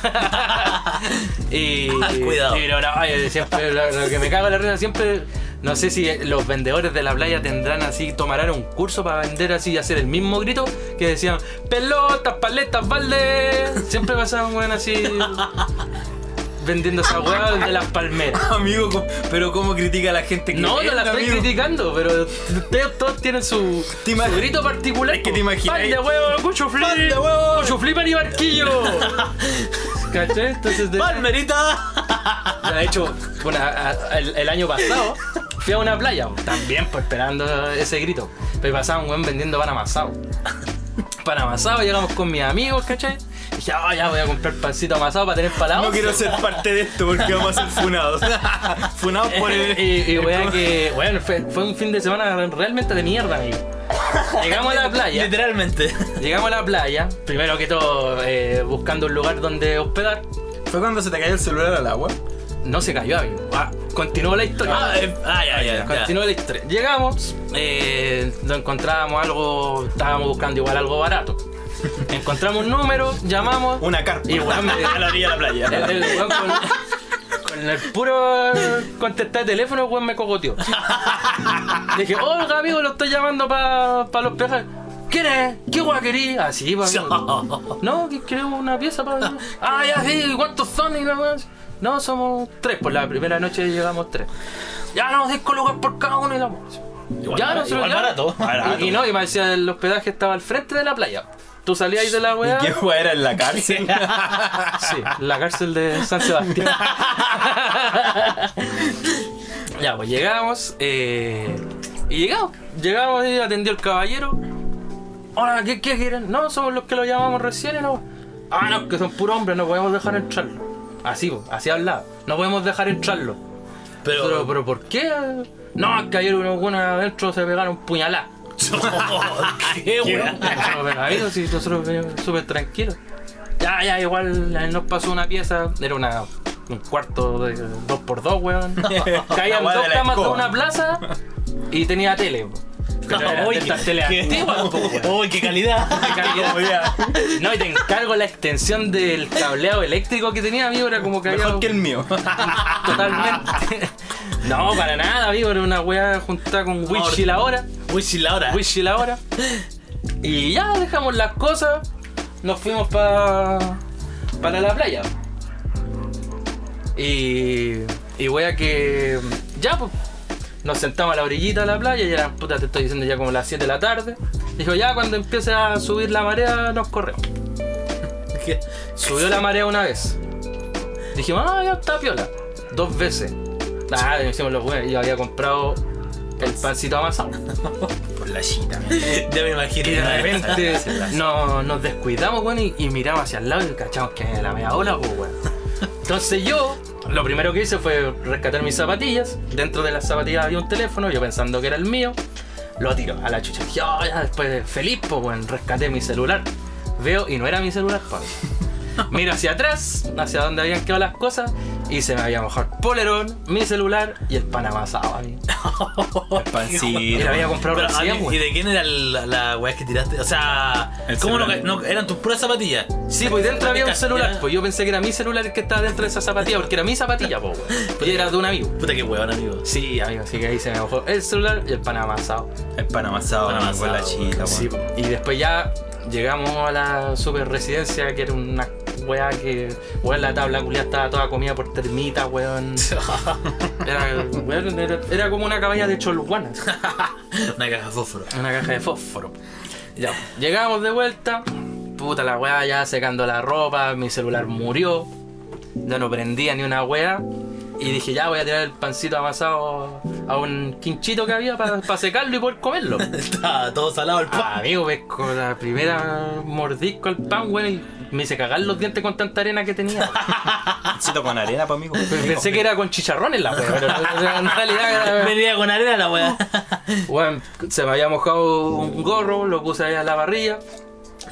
Y.
Cuidado.
y no, no, ay, siempre, lo, lo que me cago en la risa siempre. No sé si los vendedores de la playa tendrán así, tomarán un curso para vender así y hacer el mismo grito que decían: pelotas, paletas, baldes. Siempre pasaban, weón, así. vendiendo esa weá de las palmeras.
Amigo, ¿cómo- pero ¿cómo critica a la gente que
No, no
vende,
la estoy
amigo?
criticando, pero ustedes todos tienen su,
Te
su
imag-
grito particular.
Es que te
po.
imaginas-
¡Pan de huevo, cucho flip!
¡Pan de huevo!
¡Cucho flip y barquillo!
(laughs)
¿Cachai? Entonces, de-
¡Palmerita!
De hecho, bueno, a- a- el, el año pasado fui a una playa, también pues, esperando ese grito. Pero pasaba un buen vendiendo pan amasado. Pan amasado, llegamos con mis amigos, ¿cachai? Y dije, ah, ya voy a comprar pancito amasado para tener para la
No
once".
(laughs) quiero ser parte de esto porque vamos a
(laughs)
ser funados. funados por el.
y, y wea que, bueno, fue, fue un fin de semana realmente de mierda, amigo. Llegamos a la playa,
Literalmente.
llegamos a la playa, primero que todo eh, buscando un lugar donde hospedar.
¿Fue cuando se te cayó el celular al agua?
No se cayó, amigo. Ah, continuó la historia.
Ah, eh, ah, ya, ya, ya. (laughs)
Continuó la historia. Llegamos, eh, no encontrábamos algo, estábamos buscando igual algo barato. Encontramos un número, llamamos.
Una carpa.
Y weón,
(laughs)
me-
a la orilla de la playa.
el- el weón con, con el puro contestar de teléfono, el weón me cogoteó. Le dije, oiga amigo, lo estoy llamando para los pejas. ¿Quién es? ¿Qué guay querís? Así, pa'
(laughs)
pues, amigo. No, que queremos una pieza para. Ah, ya, sí, ¿y ¿cuántos son? Y la weá? No, somos tres, por la primera noche llegamos tres. Ya no, cinco lugares por cada uno y la weá. Ya no, se lo-
igual
ya-
barato.
Barato.
Y, y no, y me decía, el hospedaje estaba al frente de la playa. Tú salías de la weá.
¿Y qué juega era en
(laughs)
la cárcel?
Sí, la cárcel de
(laughs)
San Sebastián. ya, pues llegamos. eh, y llegamos. Llegamos y atendió el caballero. Hola, ¿qué, qué quieren? No, somos los que lo llamamos recién. y No. Ah, no, que son puros hombres, no podemos dejar entrarlo. Así, pues, así hablaba. No podemos dejar entrarlo. Pero, pero, ¿por qué? No, es que ayer uno, uno adentro se pegaron puñalada.
(laughs) qué weón.
No, pero amigo, si nosotros veníamos súper tranquilos. Ya, ya, igual eh, nos pasó una pieza, era una, un cuarto de 2x2,
(laughs)
weón. Caían
La weá
dos
de la
camas de
escoba.
una plaza y tenía tele, weón. Pero era de
Uy,
estas teles
qué-
antiguas,
(laughs)
po, weón.
Uy, qué calidad. (laughs)
Qué calidad. (laughs) No, y te encargo la extensión del cableado eléctrico que tenía, amigo, era como que
Mejor
había
que el mío.
(laughs) totalmente. (laughs) No, para nada, amigo, era una weá juntada con Wish y la hora.
Uy, si la hora.
Wish y la hora. Y ya dejamos las cosas. Nos fuimos para para la playa. Y y wea que ya pues Nos sentamos a la orillita de la playa, ya eran, puta, te estoy diciendo ya como las 7 de la tarde. Dijo, ya cuando empiece a subir la marea, nos corremos.
¿Qué?
Subió la marea una vez. Dijimos, ah, ya está piola. Dos veces. Ah, hicimos los buenos. Yo había comprado el pancito amasado.
Por la chita.
Eh, Ya me imagino.
Y de repente no, nos descuidamos, weón, y, y miramos hacia el lado y cachamos que era la media ola, pues, weón. Entonces yo, lo primero que hice fue rescatar mis zapatillas. Dentro de las zapatillas había un teléfono, yo pensando que era el mío. Lo tiro a la chucha. Dije, "Oh, ya, después feliz, pues, weón, rescaté mi celular. Veo y no era mi celular, joder. Miro hacia atrás, hacia donde habían quedado las cosas, y se me había mojado el polerón, mi celular y el panamasado a mí.
El pancito.
Y le había comprado
Pero,
recién,
a mí,
weón.
¿Y de quién era la, la weá que tiraste? O sea,
El
¿cómo no,
celular.
no- Eran tus puras zapatillas.
Sí, pues dentro había un
Ya.
celular. Pues yo pensé que era mi celular el que estaba dentro de esa zapatilla, porque era mi zapatilla, pues, weón. Y era de un amigo.
Puta que weón, amigo. (laughs)
Sí, amigo, así que ahí se me mojó el celular y el pan amasado.
El pan amasado,
Pan
amigo, por la
amasado,
chita,
Sí,
weón.
po. y después ya llegamos a la super residencia, que era una weá que, weón, la tabla culia estaba toda comida por termitas, weón. Era, weón, era, era como una cabaña de cholguana,
Una caja de fósforo. (laughs)
una caja de fósforo. Ya, po. llegamos de vuelta, puta la weá ya secando la ropa, mi celular murió, ya no prendía ni una weá. Y dije, ya voy a tirar el pancito amasado a un quinchito que había para secarlo y poder comerlo.
Estaba todo salado el pan.
Amigo, ves con la primera mordisco al pan, weón, y me hice cagar los dientes con tanta arena que tenía.
Pancito con arena, pa' amigo.
Pensé que era con chicharrones la weá, pero en realidad era-
(laughs) Venía con arena la
(laughs)
weá.
Weón, se me había mojado un gorro, lo puse ahí a la barrilla.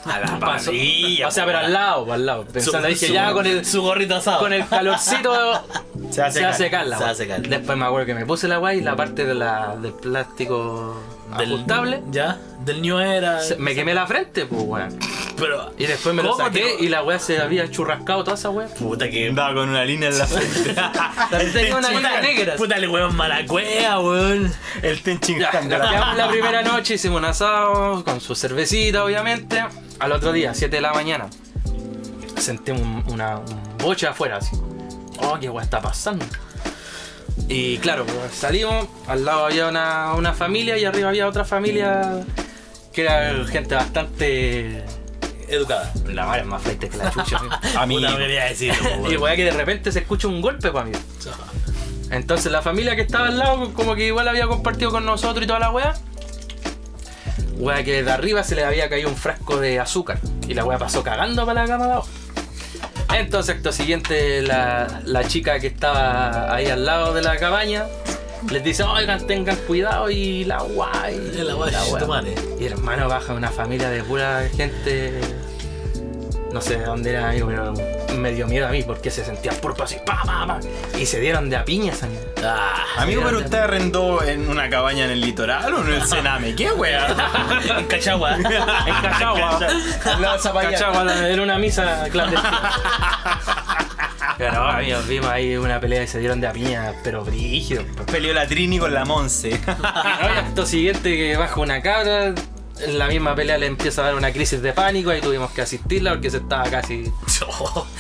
A la
Pasó-
parrilla.
O sea, pero al lado, al lado. Pensando, dije, ya con el,
su gorrito asado.
con el calorcito
Se hace
se va a secar
Se va a
la
secar.
weá. Después me acuerdo que me puse la weá y la parte de la, del plástico
del,
ajustable.
Ya, del New Era.
se- Me quemé la frente, pues weón.
Pero.
Y después me lo
¿Cómo
saqué
te-
y la weá se había churrascado toda
(laughs)
esa weá.
Puta que.
Andaba con una línea en la frente.
También tenía una
Puta-
línea negra.
Puta el weón malacuea, weón.
El Tenchin
Ya, nos
Handra.
quedamos la primera noche, hicimos un asado con su cervecita, obviamente. Al otro día, 7 de la mañana, sentimos un, una, un boche afuera, así. Oh, qué guay está pasando. Y claro, pues, salimos, al lado había una, una familia y arriba había otra familia que era gente bastante.
Educada.
La madre es más fleite que la chucha. amigo. (laughs)
Amigo.
Puta, me quería decirlo,
y
weón.
weá que de repente se escucha un golpe para mí. Entonces la familia que estaba al lado, como que igual había compartido con nosotros y toda la wea. Wea que de arriba se le había caído un frasco de azúcar. Y la wea pasó cagando para la cama de abajo. Entonces, acto siguiente, la, la chica que estaba ahí al lado de la cabaña les dice: Oigan, tengan cuidado y la guay.
Y la wea, tu madre.
Y hermano baja una familia de pura gente. No sé de dónde era amigo, pero me dio miedo a mí porque se sentían por así, pa, pa, pa. Y se dieron de a piñas, amigo.
Ah.
Amigo, pero usted arrendó en una cabaña en el litoral o en el Sename. ¿Qué wea?
En (laughs) (laughs) Cachagua.
En Cachagua. Cachagua, la- era una misa clandestina. Pero amigos, vimos ahí una pelea y se dieron de a piñas, pero brígido. po.
Peleó la Trini con la
Y
Monse.
no, y acto siguiente que baja una cabra, en la misma pelea le empieza a dar una crisis de pánico y tuvimos que asistirla porque se estaba casi,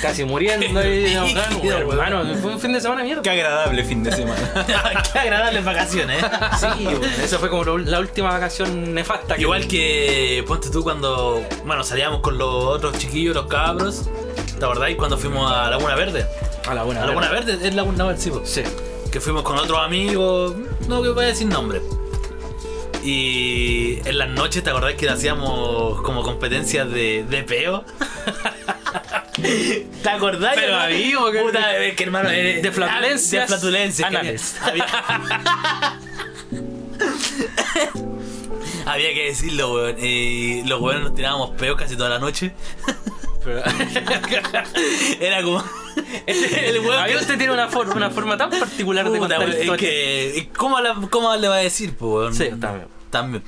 casi muriendo. (laughs) y,
Qué brígido,
hermano, fue un fin de semana mierda.
Qué agradable fin de semana.
Qué agradables vacaciones. eh.
Sí, bueno, esa fue como lo- la última vacación nefasta. que-
Igual que ponte tú cuando, bueno, salíamos con los otros chiquillos, los cabros. ¿Te acordáis cuando fuimos a Laguna Verde?
A la buena.
A Laguna Verde, es Laguna Verde, sí, po.
Sí.
que fuimos con otros amigos, no que voy a decir nombre. Y en las noches, ¿te acordás que hacíamos como competencias de, de
(laughs)
peo? ¿Te acordás?
Pero
hermano?
amigo, que-
Puta, es que hermano, eh,
De
De
flatulencias
flatulencias. que
anales.
Había, había- (laughs) había que decirlo, weón. Y los weones nos tirábamos peos casi toda la noche. (laughs)
Pero- (laughs)
Era como. (laughs) este El weón
A mí
que-
usted tiene una forma, una forma tan particular de
Puta,
contar
weón, es
historias.
que, eh, ¿cómo, la- ¿Cómo le va a decir? po, weón?
Sí, también.
También.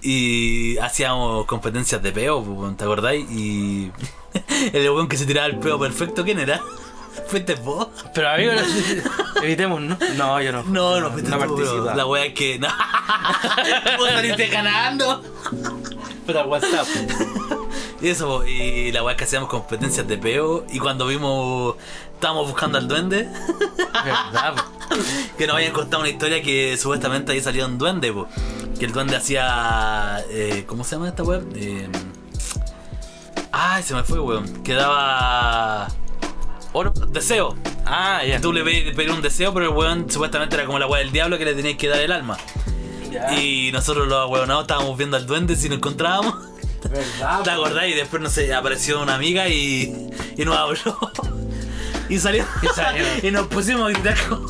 Y hacíamos competencias de peo, po, weón, ¿te acordáis? Y (laughs) el weón que se tiraba el peo perfecto, ¿quién era? (laughs) ¿Fuiste vos?
Pero amigo, (laughs) no- evitemos, ¿no? No, yo no.
No, no fuiste
no
tú, bro.
participaba.
La wea es que... No. (laughs) Vos saliste ganando.
Pero WhatsApp.
Y eso, po, y la weá es que hacíamos competencias de peo. Y cuando vimos, estábamos buscando al duende,
¿Verdad? po?
que nos habían contado una historia que supuestamente ahí salió un duende, po. que el duende hacía. eh, ¿Cómo se llama esta web? ay, se me fue, weón. Que daba. Oro, deseo.
Ah, ya.
Que tú le pedías pedías un deseo, pero el weón supuestamente era como la weá del diablo que le tenías que dar el alma.
Ah.
Y nosotros los weonados estábamos viendo al duende si nos encontrábamos.
¿Verdad?
¿Te acordás? Y después, no sé, apareció una amiga y, y nos habló. (laughs) Y salió.
Y salió.
(laughs) Y nos pusimos a gritar como.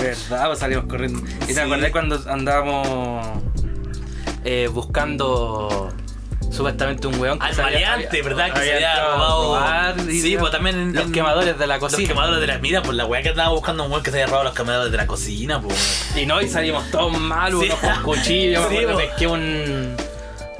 ¿Verdad? Pues salimos corriendo. ¿Y
Sí.
te acordás cuando andábamos eh, buscando supuestamente un weón que
Al
se había-
maleante,
había-
¿verdad? Que se
había
había
entrado a
robado.
robar y
Sí,
ya.
pues también. en-
Los
en-
quemadores de la
Los
cocina.
quemadores de la. Mira, pues la weá que andaba buscando un weón que se había robado los quemadores de la cocina, pues.
Y no, y salimos todos malos,
Sí.
unos con cuchillos.
(laughs) Sí,
me
po.
acuerdo, pesqué un.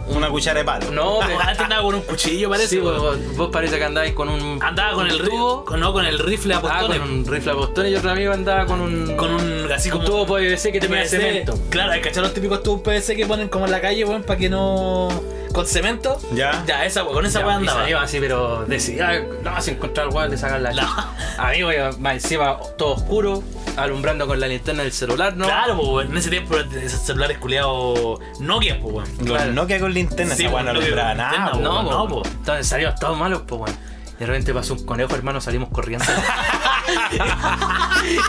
Una cuchara de palo.
No,
Ah, (laughs)
pe-
antes andaba con un cuchillo, parece.
Oh, sí,
pues.
vos, vos parece que andabais con un.
Andaba con
un
el
tubo.
tubo. No, con el rifle a
Ah,
postones.
con un rifle a postones y otro amigo andaba con un.
con un. Así
un
como.
tubo PVC que tenía
PVC.
cemento.
Claro, hay que echar los típicos tubos PVC que ponen como en la calle, weón, para que no. Con cemento.
Ya.
Ya, esa, con esa
Ya,
weá
y
andaba.
salimos así, pero decía, "Ah, no, si encontrar al weón
(laughs)
le sacan la
La-
chucha". Amigo, iba más encima todo oscuro, alumbrando con la linterna del celular, ¿no?
Claro, pues, weón. en ese tiempo esos celulares culeados Nokia, pues, weón.
Los
Claro.
Nokia con linterna,
Sí,
esa weá no
Nokia con
alumbraba
linterna,
nada.
po.
po.
No,
no,
po.
po.
Entonces salimos todos malos, pues, weón. De repente pasó un conejo, hermano, salimos
(laughs)
corriendo.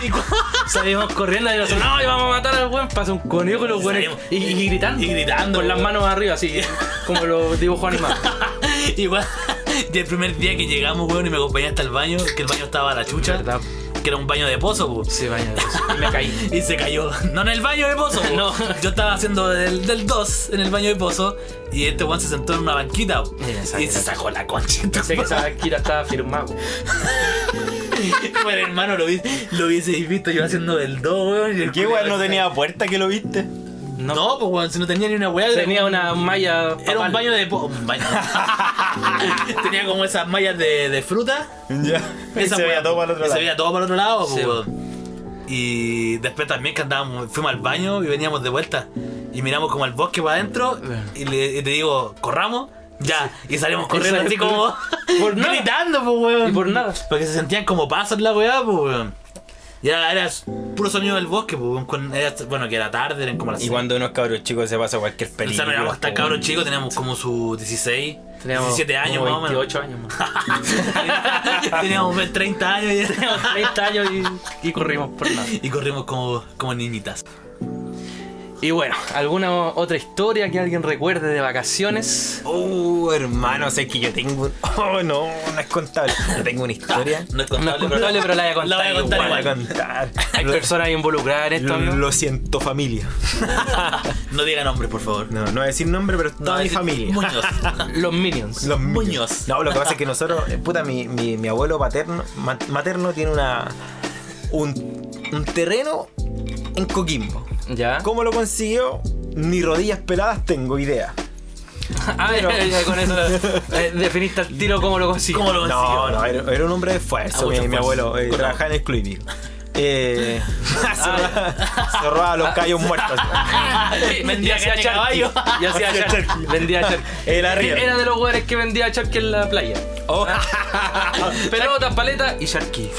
Y cu-
salimos corriendo y nosotros, no, y vamos a matar al weón. Pasó un conejo y los weones.
Salimos-
Y, y gritando.
y gritando,
Con las
po.
manos
(laughs)
arriba, así, como los dibujos animados.
(laughs) Igual, (laughs) y el primer día que llegamos, weón, y me acompañé hasta el baño, que el baño estaba a la chucha,
¿Verdad?
que era un baño de pozo, pues.
Sí, baño de eso. Y me caí.
Y se cayó. No en el baño de pozo, po.
No.
Yo estaba haciendo del del 2 en el baño de pozo, y este weón se sentó en una banquita, po.
Sí, exacto.
y se sacó la concha.
Sé que esa vaquita estaba firmada, po.
(laughs) Bueno, hermano, lo, vi, lo hubieseis visto yo haciendo del 2, weón. y el
¿Qué
culiao-
weá no tenía puerta que lo viste? (laughs)
No,
No, pues, weón, si no tenía ni una weá, era
tenía
un-
una malla.
Era
papal.
un baño de. po- Un baño. Tenía como esas mallas de, de fruta.
Ya. Y
Esa
se veía
weá,
todo para el otro
y
lado.
Se veía todo para el otro lado,
Sí,
po, Y después también que andábamos, fuimos al baño y veníamos de vuelta. Y miramos como al bosque para adentro. Y, le, y te digo, corramos. Ya, y
(laughs)
salimos corriendo
Eso es
así como.
por nada.
gritando, pues, weón.
Y por nada.
Porque se sentían como pasos en la weá, pues, weón. Y era, era puro sonido del bosque, pues, weón, con- era- bueno, que era tarde, eran como las
Y cuando unos cabros chicos se pasa cualquier
Nosotros
peligro.
éramos hasta
po.
cabros chicos, teníamos como sus 16,
Teníamos
17 años
como
más o menos.
28 años
(laughs)
más.
teníamos 30 años
(laughs)
y,
Teníamos (laughs) 30 años y, y corrimos por nada.
y corrimos como, como niñitas.
Y bueno, ¿alguna otra historia que alguien recuerde de vacaciones?
Uh, hermano, sé que yo tengo. (laughs) Oh, no, no es contable. Yo tengo una historia.
No es
No es
contable,
contable, pero la voy a
La voy a
contar
contar
Voy a
igual.
contar.
Hay personas involucradas en esto,
Lo,
¿no?
lo siento, familia.
No diga nombre, por favor.
No, no voy a decir nombre, pero es toda
No,
mi
es-
familia.
Muñoz.
Los Minions.
Los
Muñoz.
No, lo que pasa es que nosotros, eh, puta, mi, mi, mi abuelo paterno, ma- materno tiene una un, un terreno en Coquimbo.
¿Ya?
¿Cómo lo consiguió? Ni rodillas peladas tengo idea.
(laughs) Ah, ya, ya, con eso lo- eh, definiste al tiro cómo lo consigues. (laughs)
¿Cómo (laughs) lo consiguió?
No, no, era, era un hombre de
Ah,
esfuerzo,
mucho
mi, mi
esfuerzo.
abuelo. eh,
Con-
trabajaba en el club hípico. Eh, (laughs) cerraba, cerraba los callos muertos.
Vendía
hacía
carne de
charqui. (laughs)
caballo.
Y hacía
Hacía
charqui.
charqui.
Vendía charqui.
El arriero.
Era de los güeyes que vendía charqui en la playa.
Oh.
Pelotas, paletas y charqui.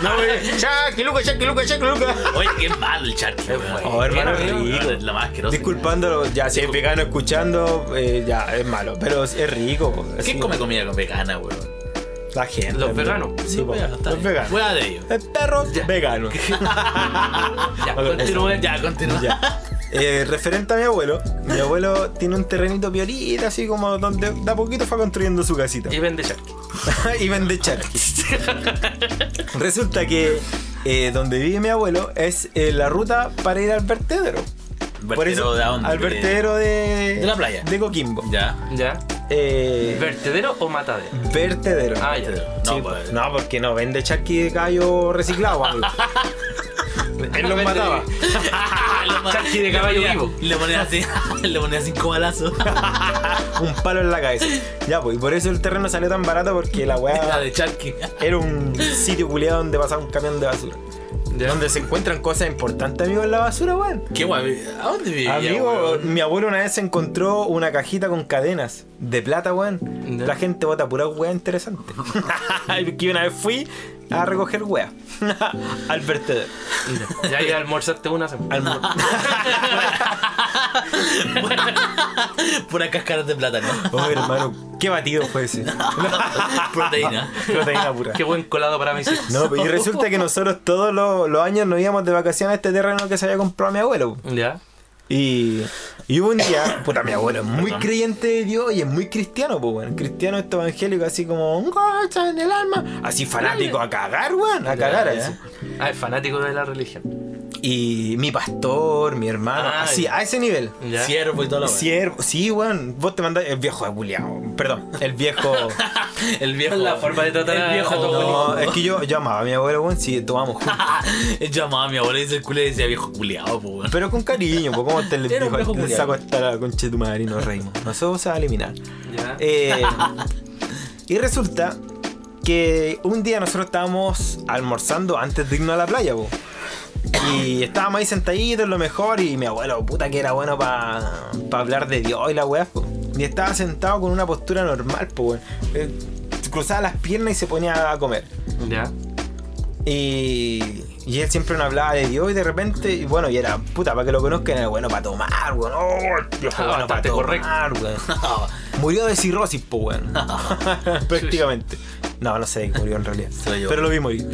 No, güey. Chucky, Luca, Chucky, Luca, Chucky, Luca.
Oye, qué malo el Charqui.
Es
weón.
bueno.
Oh, hermano,
Qué malo,
rico.
weón, es La más asquerosa.
Disculpándolo, ya si es vegano escuchando, eh, ya es malo, pero es es rico.
¿Quién
sí.
come comida vegana, weón?
La gente.
Los
¿no?
veganos.
Sí,
No,
po,
weón, está
los
bien.
veganos.
Fuera de ellos.
El perro vegano.
(laughs) Ya,
Ok.
continúen.
Ya, continúa.
Ya. Eh, referente a mi abuelo, mi abuelo tiene un terrenito piolita, así como donde de a poquito fue construyendo su casita.
Y vende charqui.
(laughs) y vende charqui. Resulta que eh, donde vive mi abuelo es eh, la ruta para ir al vertedero. Por
Vertedero
eso,
de dónde?
al vertedero de,
de la playa.
De Coquimbo.
Ya.
¿Ya?
Eh,
¿Vertedero o matadero?
vertedero.
Ah, ya.
No,
Sí,
pues.
no, porque no vende charqui de gallo
(laughs)
reciclado, amigo. Él los
Vende-
mataba.
Ah, (laughs)
Charqui de caballo vivo.
Le ponía así, (laughs) le ponía cinco balazos.
Un palo en la cabeza. Ya, pues, y por eso el terreno salió tan barato porque la
La (laughs)
weá
de Charqui.
era un sitio culiado donde pasaba un camión de basura.
Ya.
Donde se encuentran cosas importantes, amigo, en la basura, weón.
Qué guay. ¿A dónde vivía,
Amigo,
weón?
mi abuelo una vez encontró una cajita con cadenas de plata, weón.
Ya.
La gente bota pura
(laughs)
weá interesante. que una vez fui a recoger weá (laughs) al vertedero.
Ya, ya almorzaste una semana. (laughs)
Al mor-
(laughs) Pura cáscara de plátano.
Oh, hermano, qué batido
(laughs)
fue ese.
Proteína.
Proteína pura.
Qué buen colado para mis hijos.
No, y resulta que nosotros todos los, los años nos íbamos de vacaciones a este terreno que se había comprado mi abuelo.
Ya.
Y, y hubo un día, (coughs) puta, mi abuelo es muy creyente de Dios y es muy cristiano, pues, weón. Cristiano esto evangélico, así como un gocha en el alma. Así fanático, a cagar, weón, a cagar, ¿eh?
Ya, ya.
así.
Ah, es fanático de la religión.
Y mi pastor, mi hermano,
Ah,
así,
ya.
a ese nivel.
Ya.
Ciervo y todo lo
Siervo, sí, weón, vos te mandás, el viejo de Julián, perdón,
(laughs)
el viejo.
El viejo.
La forma de tratar
el
a-
viejo. (laughs)
a tu
no, es que yo, yo amaba a mi abuelo, weón, sí, tomamos juntos.
Llamaba a mi abuela y dice el culo y decía viejo culiao, po, (laughs) weón.
Pero con cariño, pues como te le
Era un viejo
dijo, te
culiao.
saco hasta la concha de tu madre y nos reímos. Nosotros se va a eliminar.
Ya.
Eh, (laughs) y resulta que un día nosotros estábamos almorzando antes de irnos a la playa, po. Y estábamos ahí sentaditos, lo mejor, y mi abuelo, puta que era bueno para hablar de Dios y la weá, po. Y estaba sentado con una postura normal, po, weón. Eh, Cruzaba las piernas y se ponía a comer.
Ya.
Y, y él siempre nos hablaba de Dios y de repente, y bueno, y era puta, para que lo conozcan, era bueno para tomar, weón. Oh, Dios,
Ah,
bueno para
bastante
tomar,
(laughs)
weón. Murió de cirrosis, po, weón. Prácticamente. No, no sé de qué murió en realidad.
Se lo llevó.
Pero lo vi morir.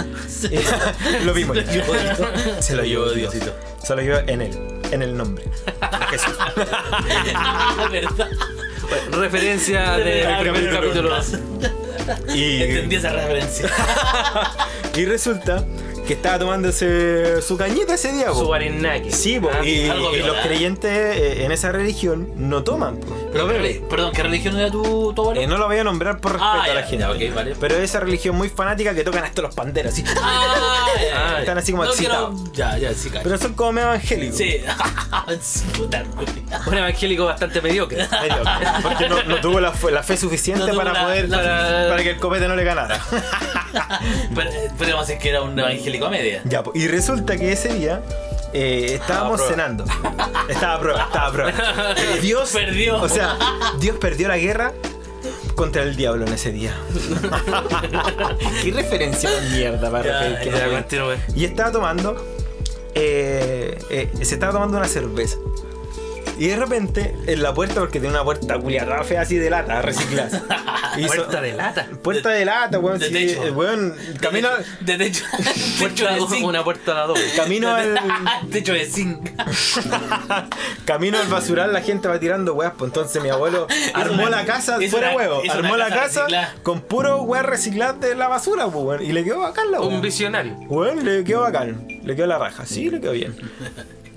(laughs) lo vi morir.
llevó Dios.
Se lo llevó Dios.
Diosito.
Se lo llevó en él, en el nombre. Jesús.
Ah, verdad. (laughs)
Referencia del
Ah,
primer
pero
capítulo.
(laughs) Entendí
Y,
esa referencia.
y resulta que estaba tomándose su cañita ese día, po.
Su Warinaki.
Sí, po,
Ah,
y,
algo
y los
viola.
creyentes eh, en esa religión no toman, po.
(laughs) Pero, espérame, perdón, ¿qué religión era tu, tu abuelo?
Eh, no lo voy a nombrar por respeto
Ah,
a la
ya,
gente.
ya, ok, vale.
Pero esa religión muy fanática que tocan hasta los
(laughs)
panderos, así.
Ah, (laughs) ya, ya.
Están así como
No
excitados.
quiero- Ya, ya, sí, cacho.
Pero son como medio evangélicos.
Sí. (laughs) Puta, culiao.
Un evangélico bastante
(laughs)
mediocre.
Medio, Porque no, no tuvo la, fe- la fe suficiente
No tuvo
para
la-
poder.
la-
para, que el copete no le ganara.
Pero, pero vamos a decir que era un evangélico a media.
ya, po, y resulta que ese día. eh, estábamos
Ah, prueba.
cenando. Estaba a prueba, estaba
(laughs)
a prueba. Dios
Perdió.
O sea, Dios perdió la guerra contra el diablo en ese día. (laughs) Qué referencia más mierda para
Ya,
referir que
ya,
sea,
Ya,
weón.
continúe.
Y estaba tomando. eh, eh, se estaba tomando una cerveza. Y de repente, en la puerta, porque tiene una puerta culiada fea así de
(laughs)
lata, reciclada. Y so-
Puerta de lata.
puerta de lata, weón.
De
sí,
techo.
eh, weón, camino,
De (laughs) techo. Techo de
Puerta de-
zinc.
una puerta a la doble.
camino, al,
Techo de (laughs) zinc.
camino al basural, la gente va tirando weas. Pues entonces
(laughs)
mi abuelo armó
una-
la casa,
es
fuera
una-
huevo,
es
armó
una
la
casa
casa
reciclada.
con puro weas recicladas de la basura, pues, weón. Y le quedó bacán la
Un
wea.
visionario.
Weón, le quedó bacán. Le quedó la raja, sí, le quedó bien.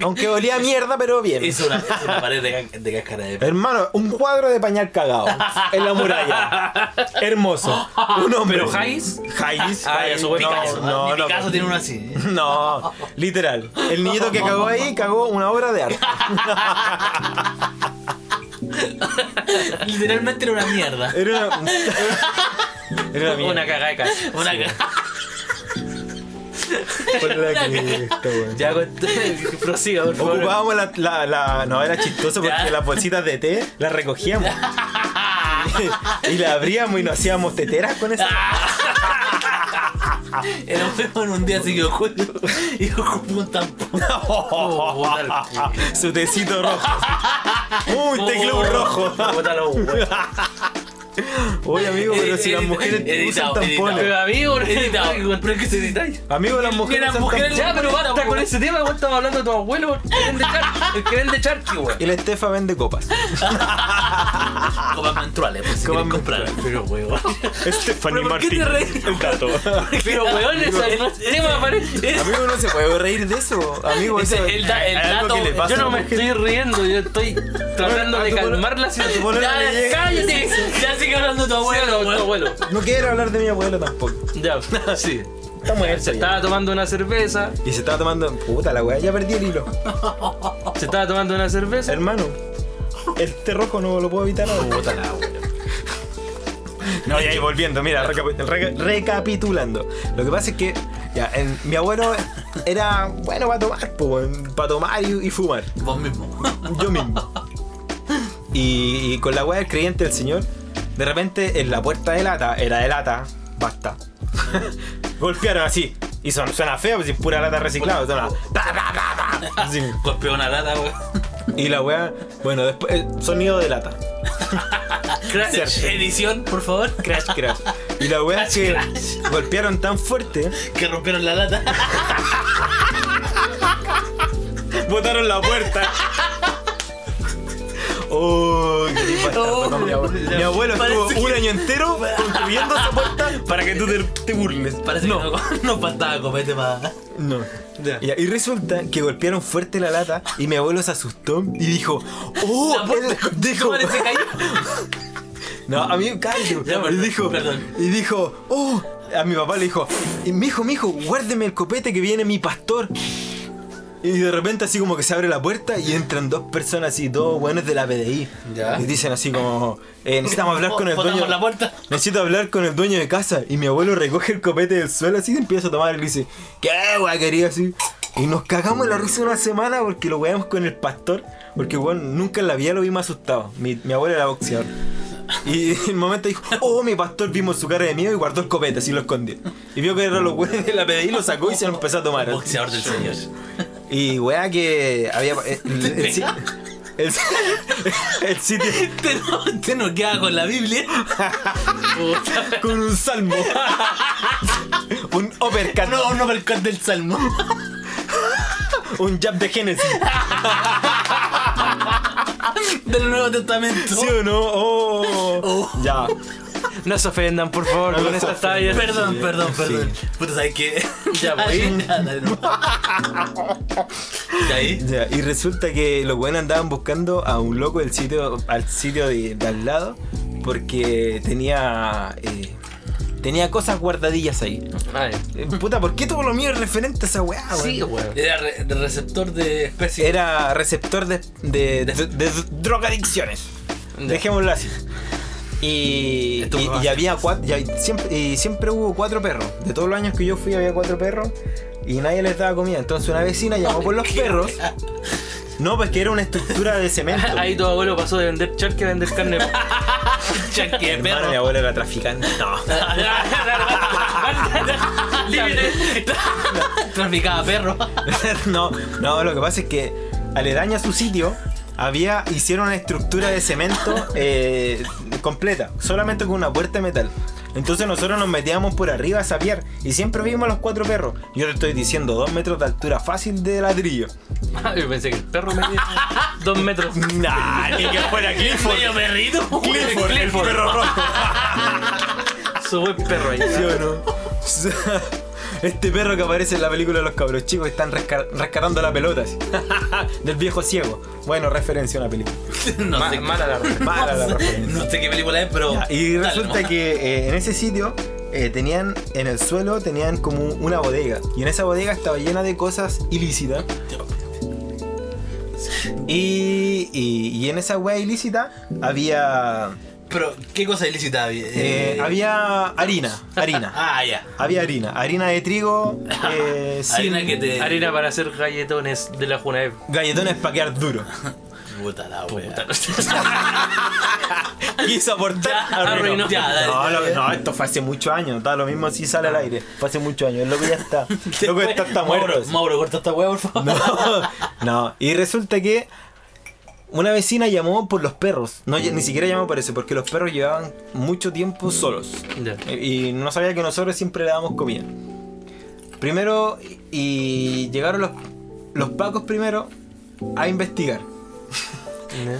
Aunque olía a mierda, pero bien.
Hizo una, hizo una pared de, ca- de cáscara de
Hermano, un cuadro de pañal cagado en la muralla. Hermoso. Un hombre.
¿Pero Jais?
Jais.
Ah,
Jais,
ya, su buen
Picasso.
No,
Ni
no,
Picasso
no.
tiene uno así.
No, literal. El niñito que cagó ahí cagó una obra de arte.
Literalmente era una mierda.
Era una. Era una
Una
mierda.
cagada de casa.
Una ca-
Por la que esto, weón.
Ya, cont- (laughs) prosiga, por favor.
Ocupábamos la, la, la- No, era chistoso porque
Ya.
las bolsitas de té las recogíamos. y las abríamos y nos hacíamos teteras con eso.
Era un en un día así que oculto y ocupó un tampón.
Su tecito rojo. Un teclub rojo.
Bota los huevos.
Oye, amigo, pero si las mujeres usan
Editado,
tampones.
editado.
Pero amigo, no
Editado.
(laughs) es que se detalle.
Amigo, las
Mira,
mujeres usan
mujeres-
tampones.
Ya, pero basta con ese tema, vos estabas hablando de tu abuelo, el que vende char- el que vende charqui, weón.
Y la Estefa vende copas.
Copas menstruales, por si
Copas
quieren comprar. Pero huevo.
Estefany
¿Pero por qué te
Martínez,
reís?
El gato.
Pero weón, ese
Amigo,
tema aparece.
Amigo, no se puede reír de eso. Amigo,
Ese-
eso
el da- el
es algo
dato-
que le pasa
Yo
a
no
la
me
mujer.
estoy riendo, yo estoy tratando
Bueno,
de
a tu
calmar la
polo- a tu polo
situación.
no le
Ya,
llega.
cállate. eh. Ya sigue hablando tu abuelo,
Bueno, tu
huevo.
abuelo.
No quiero hablar de mi abuelo tampoco.
Ya, (laughs) sí.
Está muerto. ya.
Estaba tomando una cerveza,
Y se estaba tomando. Puta la weá, ya perdí el hilo.
se estaba tomando una cerveza.
Hermano, el té rojo no lo puedo evitar ahora.
Puta la abuela.
No, y ahí volviendo, mira, recapi- reca- recapitulando. Lo que pasa es que ya, en- mi abuelo era bueno para tomar, para tomar y, y fumar.
Vos mismo.
Yo mismo. Y, y con la weá del creyente del señor, de repente en la puerta de lata, era de lata, basta. Golpearon así. Y son, suena feo, pues si es pura lata reciclada, suena. ta, ta, ta, ta, así.
Golpeó una lata, weón.
Y la weá, bueno, después, eh, sonido de lata.
Crash,
Cierto.
edición, por favor.
Crash, crash. Y la weá es que
Crash,
golpearon tan fuerte,
Que rompieron la lata.
botaron la puerta. Oh, qué tipo de
Oh,
tardo, no, mi abuelo,
ya.
mi abuelo estuvo
Parece
un
que-
año entero construyendo esa puerta para que tú te, te burles.
Parece
no,
que no, no faltaba comete para.
No.
Ya.
Ya, Y resulta que golpearon fuerte la lata y mi abuelo se asustó y dijo, ¡Oh!
La puerta
él-
con-
dijo,
madre se cayó.
(laughs) no, a mí cállate.
Ya,
y
perdón,
dijo,
perdón.
y dijo, ¡Oh! A mi papá le dijo, mijo, mijo, guárdeme el copete que viene mi pastor. Y de repente así como que se abre la puerta y entran dos personas así, dos buenos de la PDI.
Ya.
Y dicen así como, eh, necesitamos hablar con el
Botamos
dueño.
la puerta.
Necesito hablar con el dueño de casa. Y mi abuelo recoge el copete del suelo así y empieza a tomar. Y le dice, ¿qué wea quería así? Y nos cagamos la risa una semana porque lo weamos con el pastor. Porque weón, nunca en la vida lo vimos asustado. Mi, mi abuelo era boxeador. Y en el momento dijo, oh, mi pastor vimos su cara de miedo y guardó el copete, así lo escondió. Y vio que eran los weones de (laughs) la PDI, lo sacó y se lo empezó a tomar.
Boxeador del señor.
Y weá que había... eh, El, el si- (laughs) el- el sitio...
Te no, te no queda con la Biblia. Puta.
Con un salmo. (laughs) un uppercut.
No, un overcut del salmo.
Un jab de Génesis.
Del Nuevo Testamento.
¿Sí o no? Oh. Ya.
No se ofendan, por favor,
No
con
se
estas
ofendan.
tallas.
Perdón, perdón,
Sí.
perdón. Puta, ¿sabes qué?
Ya, pues.
Ya, dale, no. ¿Y ahí?
Ya, Y resulta que los buenos andaban buscando a un loco del sitio, al sitio de, de al lado porque tenía eh, tenía cosas guardadillas ahí.
Ay,
Eh, Puta, ¿por qué todo lo mío es referente a esa weá, weón?
sí, weón.
Era re- de receptor de especies.
Era receptor de, de, de- de drogadicciones.
Ya.
Dejémoslo así. Y,
Esto
y-
fue
y había cuatro, siempre, y siempre hubo cuatro perros. De todos los años que yo fui había cuatro perros y nadie les daba comida. Entonces una vecina llamó por los perros. No, pues que era una estructura de cemento.
(laughs) (laughs) Ahí tu abuelo pasó de vender charque a vender carne. (laughs)
Chanque de
Hermano, mi
perro.
abuela era traficante. No.
Libre. Traficaba perro.
(laughs) no, no, lo que pasa es que aledaña a su sitio había, hicieron una estructura de cemento eh, completa, solamente con una puerta de metal. Entonces nosotros nos metíamos por arriba a sapiar y siempre vimos a los cuatro perros. Yo le estoy diciendo dos metros de altura fácil de ladrillo. (laughs)
Yo pensé que el perro medía dos metros.
Nah, ni que fuera
Medio perrito.
Clifford, el
Clifford.
perro rojo.
Su buen perro ahí.
¿Sí o no? (laughs) Este perro que aparece en la película de los cabros chicos que están resca- rescatando la pelota así. (laughs) del viejo ciego. Bueno, referencia a una película.
No
Ma-
sé.
mala la ropa.
Mala la referencia.
No sé qué película es, pero.
Ya, Y
dale
resulta
nomás.
que eh, en ese sitio eh, tenían, en el suelo tenían como una bodega. Y en esa bodega estaba llena de cosas ilícitas. Y, y- y en esa wea ilícita había.
Pero, ¿qué cosa ilícita había?
eh,
Eh,
había harina.
(laughs)
Harina.
Ah, ya.
Había harina. Harina de trigo. eh,
Harina
sin-
que te.
Harina para hacer galletones de la Junaev.
Galletones para quedar
(laughs)
duro.
Puta la wea. (laughs)
Puta.
Quiso aportar.
Ya,
arruinó.
arruinó. Ya, dale,
no,
dale. Ah.
lo- no, esto fue hace muchos años. Da lo mismo si sale al aire. Fue hace muchos años. El loco
(laughs)
ya está. El loco está, está
Mauro,
muerto.
Mauro, corta esta wea, por favor.
(laughs) No, no. Y resulta que una vecina llamó por los perros. No, ni siquiera llamó por eso, porque los perros llevaban mucho tiempo solos.
Ya.
Y no sabía que nosotros siempre le dábamos comida. Primero, y llegaron los, los pacos primero a investigar.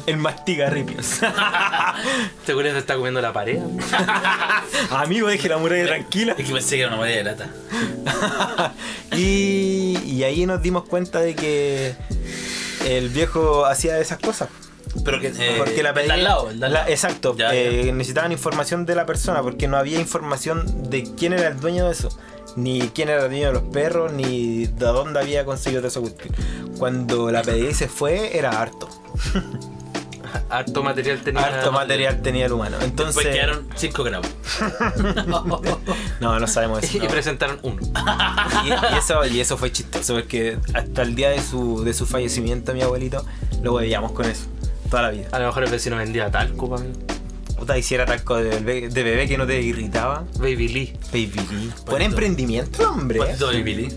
El mastiga ripios.
¿Te acuerdas de estar comiendo la pared?
(laughs) Amigo, deje la muralla tranquila.
Es que pensé que era una moneda de lata.
y, y ahí nos dimos cuenta de que el viejo hacía esas cosas.
Pero que. eh,
porque la
el de
pedí-
al lado, el de al
la-
lado.
exacto.
Ya,
eh, Necesitaban información de la persona porque no había información de quién era el dueño de eso. Ni quién era el dueño de los perros, ni de dónde había conseguido todo eso. Cuando la PDI se fue, era harto.
Harto material tenía.
Harto material tenía el humano. Entonces.
Pues quedaron 5 gramos.
No,
(laughs)
no sabemos
(laughs)
eso.
Y
no.
presentaron uno.
Y, y eso, y eso fue chistoso, porque hasta el día de su, de su fallecimiento, mi abuelito, lo veíamos con eso. Toda la vida.
A lo mejor el vecino vendía talco para mí.
Puta, hiciera talco de bebé, de bebé que no te irritaba.
Baby Lee.
Baby Lee. Buen emprendimiento, hombre.
Patito de Billy.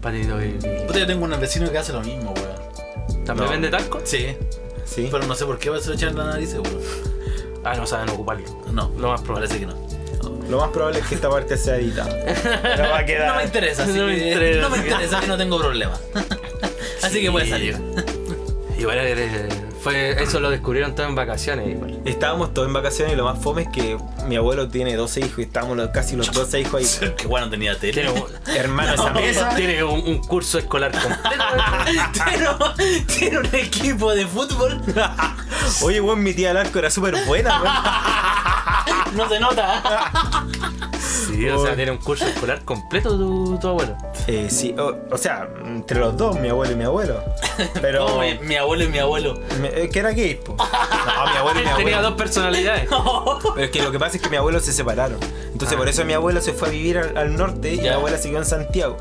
Patito Baby Lee.
Pues, Puta, yo tengo un vecino que hace lo mismo, weón.
¿También
No.
vende talco?
Sí.
Sí.
Pero no sé por qué se lo echan en la nariz, weón.
Ah, no saben ocuparlo.
No,
Lo más probable.
Parece que no.
Lo más probable es que esta parte sea editada.
(laughs)
Pero va a quedar.
No me interesa, así
No me
que,
interesa.
no me interesa, no tengo
(laughs)
problema. así que puede
Sí.
salir.
Igual eh, fue, eso lo descubrieron todos en vacaciones igual.
Estábamos todos en vacaciones y lo más fome es que mi abuelo tiene 12 hijos y estábamos los- casi los 12 hijos ahí.
(laughs) Qué bueno tenía tele.
Tiene,
(laughs)
un-
Hermano, (laughs) esa mesa.
tiene un, un curso escolar completo.
(laughs) tiene, un- tiene un equipo de fútbol.
Oye, weón, mi tía Larco era súper buena, weón. (laughs)
No se nota.
sí, o sea, tiene un curso escolar completo tu, tu abuelo.
Eh, sí, o, o sea, entre los dos, mi abuelo y mi (laughs) abuelo. Pero.
Como mi, mi abuelo y mi abuelo.
me- eh, que era gay,
(laughs)
po. No, mi abuelo y
Él
mi
tenía
abuelo.
dos personalidades.
Pero es que lo que pasa es que mi abuelo se separaron. Entonces,
Ah.
por eso mi abuelo se fue a vivir al, al norte y mi
Ya.
abuela siguió en Santiago.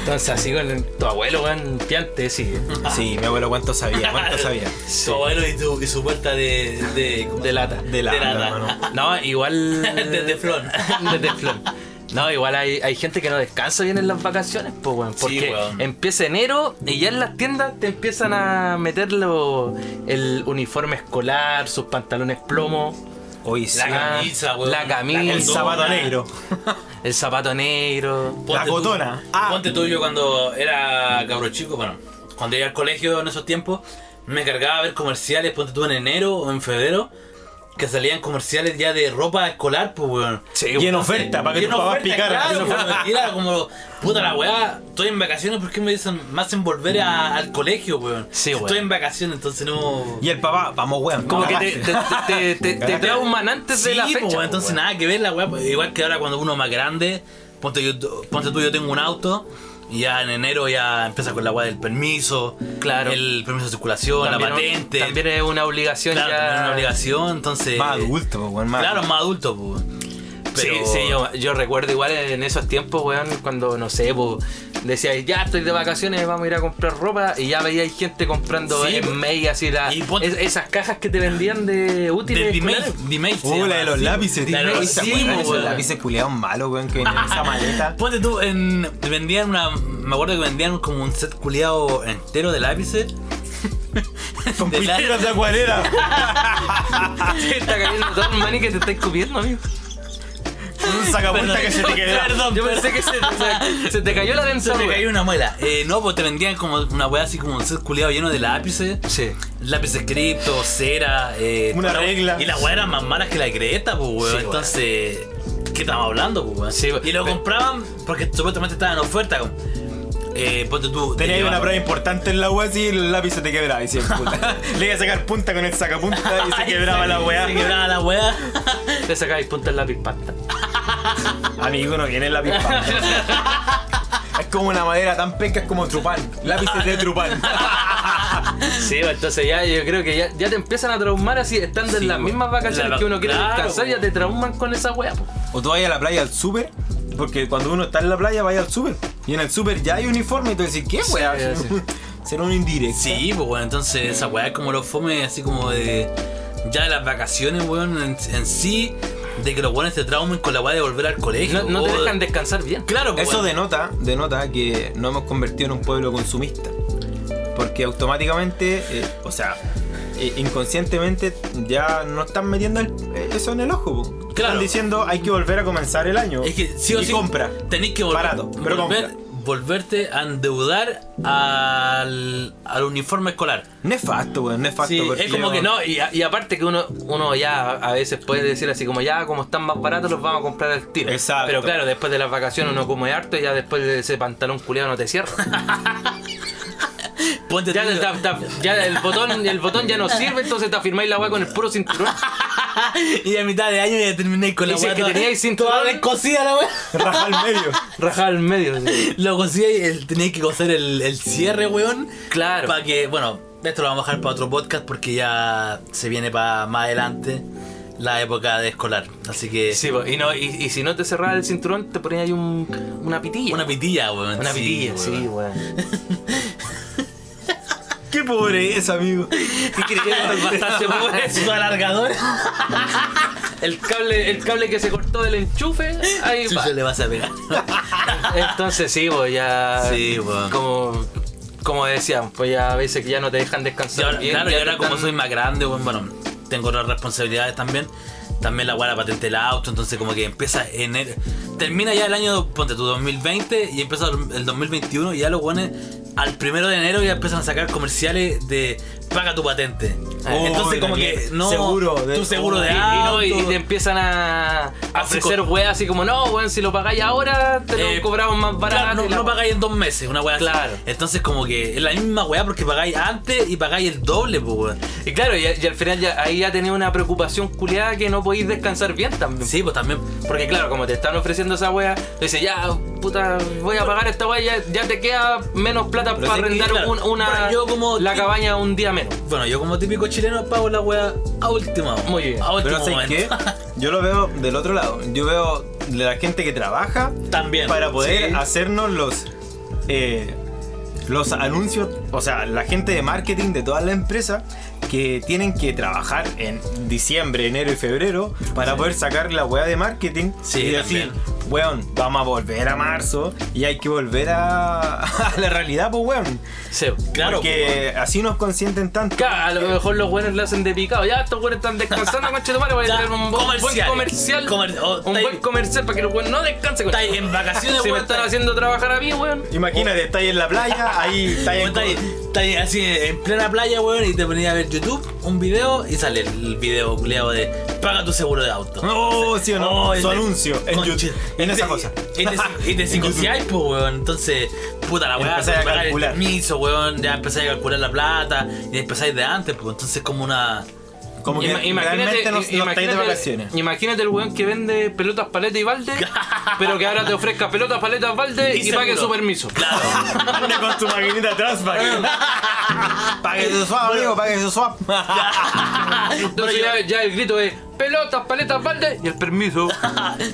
Entonces, así con el- tu abuelo, weón, piante, sí.
Ah.
Sí, mi abuelo,
(laughs)
¿cuánto sabía? ¿Cuánto sabía?
Sí.
Su abuelo y, tu- y su puerta de. de, ¿cómo
De
se llama?
lata.
De la
De lata.
hermano.
(laughs) No,
(laughs)
igual.
De
(laughs)
teflón.
De teflón. No, igual hay, hay gente que no descansa bien en las vacaciones, pues, weón.
Sí,
Porque
weón.
empieza enero y ya en las tiendas te empiezan a meter lo- el uniforme escolar, sus pantalones plomo,
Hoy sí.
La camisa, weón.
la camisa.
La
el
cotona.
sábado negro.
el zapato negro.
La
tú-
cotona. Ah.
Ponte tú yo cuando era cabro chico, bueno, cuando iba al colegio en esos tiempos, me cargaba a ver comerciales, ponte tú en enero o en febrero, que salían comerciales ya de ropa escolar, pues weón.
Y en oferta, para que
Y en
tú puedas
oferta,
picar.
claro,
En oferta.
weón. Y era como, puta la weá, estoy en vacaciones, ¿por qué me dicen más en volver a- al colegio, weón?
Sí,
Si
weón.
Estoy en vacaciones, entonces no...
Y el papá, vamos, weón.
Como
no,
que te, te, te-
(laughs)
te- te trauman antes de
Sí,
la
pues,
fecha.
weón,
pues,
entonces
weón.
nada que ver la weá. pues, Igual que ahora cuando uno más grande, ponte, yo- ponte tú, yo tengo un auto. Y ya en enero ya empieza con la weá del permiso.
Claro.
El permiso de circulación,
También
la
un-
patente.
También es una obligación
claro,
ya.
también es una obligación, entonces.
Más adulto, pues, weón. Más
Claro, más adulto, pues. Pero-
Sí, sí, yo, yo recuerdo igual en esos tiempos, weón, cuando, no sé, pues, decíais, ya estoy de vacaciones, vamos a ir a comprar ropa, y ya veíais gente comprando
Sí, pues.
en May, así, la-
y pon-
es- esas cajas que te vendían de
Del
útiles. (laughs)
D-Mail.
escolares.
D-Mail se
Uh,
llama,
la de los
sí.
lápices,
La de los- sí,
¿se
pues,
acuerdan esos
weón.
lápices culiados malos, weón, que venían en
(laughs)
esa maleta.
Ponte tú, en, vendían una. Me acuerdo que vendían como un set culiado entero de lápices. (laughs)
Con
De la-
pinturas de acuarela.
Te está cayendo todo el maní que te estáis
(laughs)
cubriendo, amigo.
Con un sacapunta que se te queda.
Perdón,
Yo
perdón.
pensé que se, se- se te cayó la
Se
densa,
me cayó una muela. Eh, no, pues te vendían como una weá así como un set culiado lleno de lápices.
Sí.
Lápices cripto, cera. eh,
Una
toda la-
regla.
Y las weas eran más malas que la creta, pues weón.
Sí, weón.
Entonces, ¿qué estamos hablando, pues weón?
Sí, weón.
y lo
Pe-
compraban porque supuestamente estaba en oferta. como, Eh, ponte tú. te
Tenías una
llevaban-
prueba importante en la weá y el lápiz se te quebraba. Y decían, puta. Le iba a sacar punta con el sacapunta y se quebraba la weá.
Se quebraba la weá.
(laughs)
Te sacáis punta en la pispasta.
Amigo, no viene el lápiz pa. Es como una madera tan penca, es como trupán. Lápices de trupán.
Sí, pues, entonces ya yo creo que ya, ya te empiezan a traumar así, estando
Sí,
en las
weón.
mismas vacaciones
La-
que uno quiere
claro,
descansar, ya
weón.
te trauman con esa wea, po.
O tú vayas a la playa al súper, porque cuando uno está en la playa, vaya al súper. Y en el súper ya hay uniforme y tú decís, ¿qué
Sí,
weá?
sí.
(laughs) Será un indirecto.
Sí, pues bueno, entonces esa weá es como los fomes así como de. Ya de las vacaciones, weón, en, en sí, de que los weones te traumen con la weá de volver al colegio.
No, no te
o-
dejan descansar bien.
Claro, pues,
Eso
weón.
denota, denota que nos hemos convertido en un pueblo consumista. Porque automáticamente, eh, o sea, eh, inconscientemente ya no están metiendo el- eh, eso en el ojo. po.
Claro.
Están diciendo hay que volver a comenzar el año.
Es que sí o
y
sí.
compra.
Tenés que volver.
Barato, pero
volver-
compra.
volverte a endeudar al, al uniforme escolar.
Nefasto, weón, nefasto.
Sí,
porque
es como que no, y, a- y aparte que uno, uno ya a veces puede decir así como ya como están más baratos los vamos a comprar al tiro.
Exacto.
Pero claro, después de las vacaciones uno come harto y ya después de ese pantalón culiado no te cierra.
Ponte
Ya,
tú-
te- te- te- ya el botón, el botón ya no sirve, entonces te afirmáis la weá con el puro cinturón.
(laughs) y a mitad de año ya terminé con la
Y si es
weá
que
toda-
teníais cinturón-
toda descosida (laughs) la weá.
(laughs) Raja al medio.
Rajada al medio. así.
Lo cosía y el- teníais que coser el, el cierre, weón.
Claro.
Para que, bueno, Esto lo vamos a dejar para otro podcast porque ya se viene para más adelante la época de escolar. Así que
Sí, po, y, no, y, y si no te cerraba el cinturón, te ponía ahí un, una pitilla.
una pitilla, weón.
Una
Sí,
pitilla, sí, weón.
Qué pobre es, amigo.
¿Qué crees que era
(laughs)
bastante (laughs) pobre?
Su alargador.
El cable, el cable que se cortó del enchufe, ahí
Sí,
va.
se le vas a pegar.
Entonces sí, pues ya.
Sí, pues. weón.
Como, como decían, pues ya a veces que ya no te dejan
Y
descansar
ahora- (laughs)
bien.
claro, y
ya
ahora
te
como
están-
soy más grande, bueno, bueno, tengo otras responsabilidades también. También la guarda patente del auto, entonces como que empieza en el- Termina ya el año, ponte tu 2020 y empieza el 2021 y ya los guanes al primero de enero ya empiezan a sacar comerciales de paga tu patente.
Oh,
entonces como
también.
que no...
Seguro de-
tu seguro de
Y, y no,
auto.
y- y te empiezan a, a
Así
ofrecer
co-
weas así como, no, weón, si lo pagáis ahora, te
Eh,
lo cobramos más barato.
Claro, no,
y la-
no pagáis en dos meses, una weá así.
Claro.
Entonces como que es la misma weá porque pagáis antes y pagáis el doble, pues weón.
Y claro, y, y al final ya, ahí ya tenés una preocupación culiada que no podéis descansar bien también.
Sí, pues también.
Porque claro, como te están ofreciendo esa wea, te dices, ya, puta, voy a pagar esta wea, ya, ya te queda menos plata
Pero
para
sí que,
arrendar
claro,
un- una,
pero yo como-
la cabaña un día menos.
Bueno, yo como típico chileno pago la weá a última hora.
Muy bien.
A último
Pero ¿sabes qué?
momento. (laughs)
Yo lo veo del otro lado. Yo veo de la gente que trabaja
También.
para poder
Sí.
hacernos los eh, los anuncios, o sea, la gente de marketing de todas las empresas que tienen que trabajar en diciembre, enero y febrero para poder sacar la weá de marketing
Sí,
y decir,
también.
weón, vamos a volver a marzo y hay que volver a, (laughs) a la realidad, pues weón.
Sí.
Claro. pues,
Porque así nos consienten tanto.
Claro, a
Eh,
lo mejor los buenos lo hacen de picado. Ya, estos buenos
(laughs)
están descansando, conche tu madre. Voy a
Ya,
tener un bu- buen
comercial.
comercial.
Comer- o
un
estáis-
buen comercial para que los buenos no descansen. conche
Estáis
tu
en
madre.
vacaciones,
Si me
weón,
están
estáis-
haciendo trabajar a mí, weón.
Imagínate, estáis en la
(laughs)
playa, ahí estáis
Como
en-
estáis- estáis así en plena playa, weón, y te ponías a ver YouTube, un video, y sale el video culeado de paga tu seguro de auto.
Oh, sí o no,
Oh,
su
el de-
anuncio en
Conche-
YouTube, en
y
esa
te-
cosa.
Y te, y te
(laughs)
psicoseáis, pues, weón. Entonces, puta la weá,
Empezáis a
pagar el
calcular.
permiso, weón, ya empezáis a calcular la plata, y empezáis de antes, pues, entonces como una...
Como que
Ima-
realmente no, no estáis de vacaciones.
imagínate el weón que vende pelotas, paletas
(laughs)
y balde, pero que ahora te ofrezca pelotas, paletas, balde y, pague su
seguro.
permiso.
Claro.
(laughs)
(laughs)
Anda con tu maquinita Transpac. pague su swap, amigo, pague su swap.
Entonces
(laughs)
ya, ya el grito es pelotas, paletas, balde y el permiso.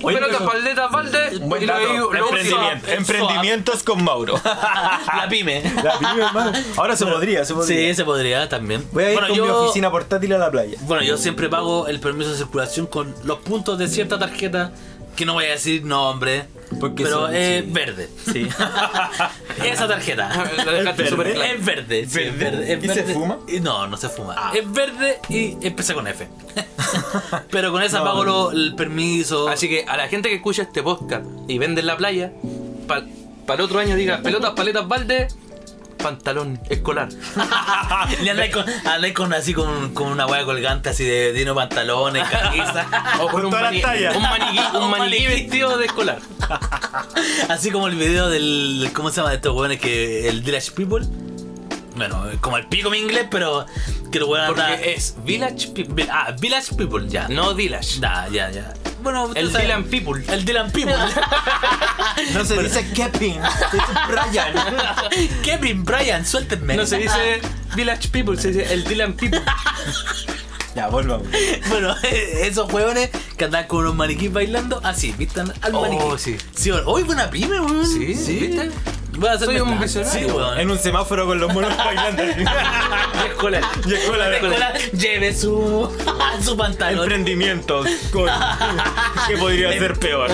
Oye,
pelotas,
pero-
paletas, balde
Buen
y lo-
dato.
y lo- lo-
Emprendimiento.
el swap.
Emprendimientos con Mauro.
la pyme.
La pibe, hermano. Ahora se podría, se podría.
Sí, se podría también.
Voy a ir
Bueno,
con
yo-
mi oficina portátil a la playa.
Bueno, yo siempre pago el permiso de circulación con los puntos de cierta tarjeta que no voy a decir nombre,
Porque
pero
son-
es
sí.
verde.
Sí.
(laughs) Esa tarjeta.
Lo dejaste
Es
súper
verde.
claro.
Es verde, sí, es verde, es
¿Y se
verde.
fuma?
Y No, no se fuma.
Ah.
Es verde y empieza con
(laughs)
F. Pero con esa pago lo- el permiso.
Así que a la gente que escucha este podcast y vende en la playa, para el otro año diga pelotas, paletas, balde, pantalón escolar.
(laughs) Y andáis con, andáis con así con, con una hueá colgante así de dino
(laughs)
pantalones, camisa.
O
Con
un,
todas las
mani-
tallas.
un maniquí, un
Un
maniquí
maniquí.
vestido de escolar.
(laughs) Así como el video del. ¿Cómo se llama de estos hueones que. el Village People? Bueno, eh, como el pico mi inglés, pero. que los hueones
Porque
andan-
es Village People,
Vi- Ah, Village People, ya.
no Village.
Ya, ya, ya. Bueno, usted
El
sabe.
Dylan People.
El Dylan
(laughs)
People.
No se dice Kevin, se dice Brian.
(laughs) Kevin, Brian, suéltenme.
No se dice Village People, se dice el Dylan People.
Ya, volvamos.
(laughs) Bueno, (laughs) esos hueones que andan con unos maniquís bailando, así, vistan al
Oh,
maniquí.
sí.
Sí, bueno. Hoy buena pyme, weón.
Sí, ¿viste?
Voy a hacer
Soy un
mezcla.
visionario,
Sí, weón.
En un semáforo con los monos bailando.
Escolar.
Y escuela
La
de
escuela lleve su, (laughs) su pantalón.
emprendimientos. Con... ¿Qué podría ser peor?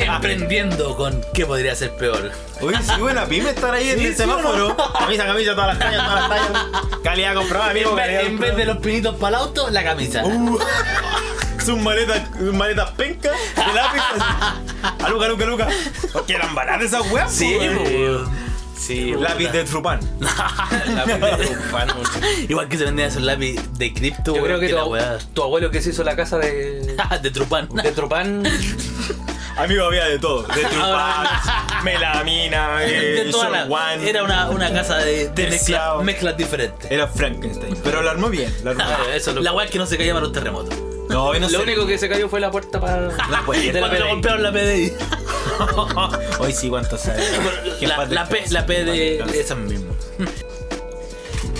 Emprendiendo con qué podría ser peor.
Uy, sí, buena pyme estar ahí en
Sí,
el
sí, ¿o no?
semáforo. Camisa, camisa, todas las tallas, todas las tallas. Calidad comprobada, amigo.
En
calidad
vez, en vez de
comprobada.
los pinitos para el auto, la camisa.
Uh, sus maletas, sus maletas pencas de lápiz. así. A Luca, Luca, Luca. Porque eran baratas esas weas,
Sí,
po, weón.
weón. Sí,
(laughs) Lápiz de Trupán.
Igual que se vendían esos lápiz de cripto,
Yo
weón,
creo que
la
tu,
weá. (laughs) Ah,
tu abuelo que se hizo la casa de,
de Trupán.
de Tropán,
Amigo, había de todo. De Trupán, melamina,
(laughs)
eh,
De toda
Sor
la-
Juan.
Era una, una casa de, de mezcla-
Terciado.
mezclas diferentes. Ah,
Era Frankenstein. Pero lo armó bien.
(laughs)
Lo armó bien.
eso lo-
La weá es que no se caía para los terremotos.
No, hoy no
lo
sé.
único que se cayó fue la puerta para
La
(laughs)
puerta.
de la
Cuando
PDI.
golpearon (laughs) la PDI.
Hoy sí,
(laughs)
cuánto sabe.
La, la P, la P de. Esa mismo.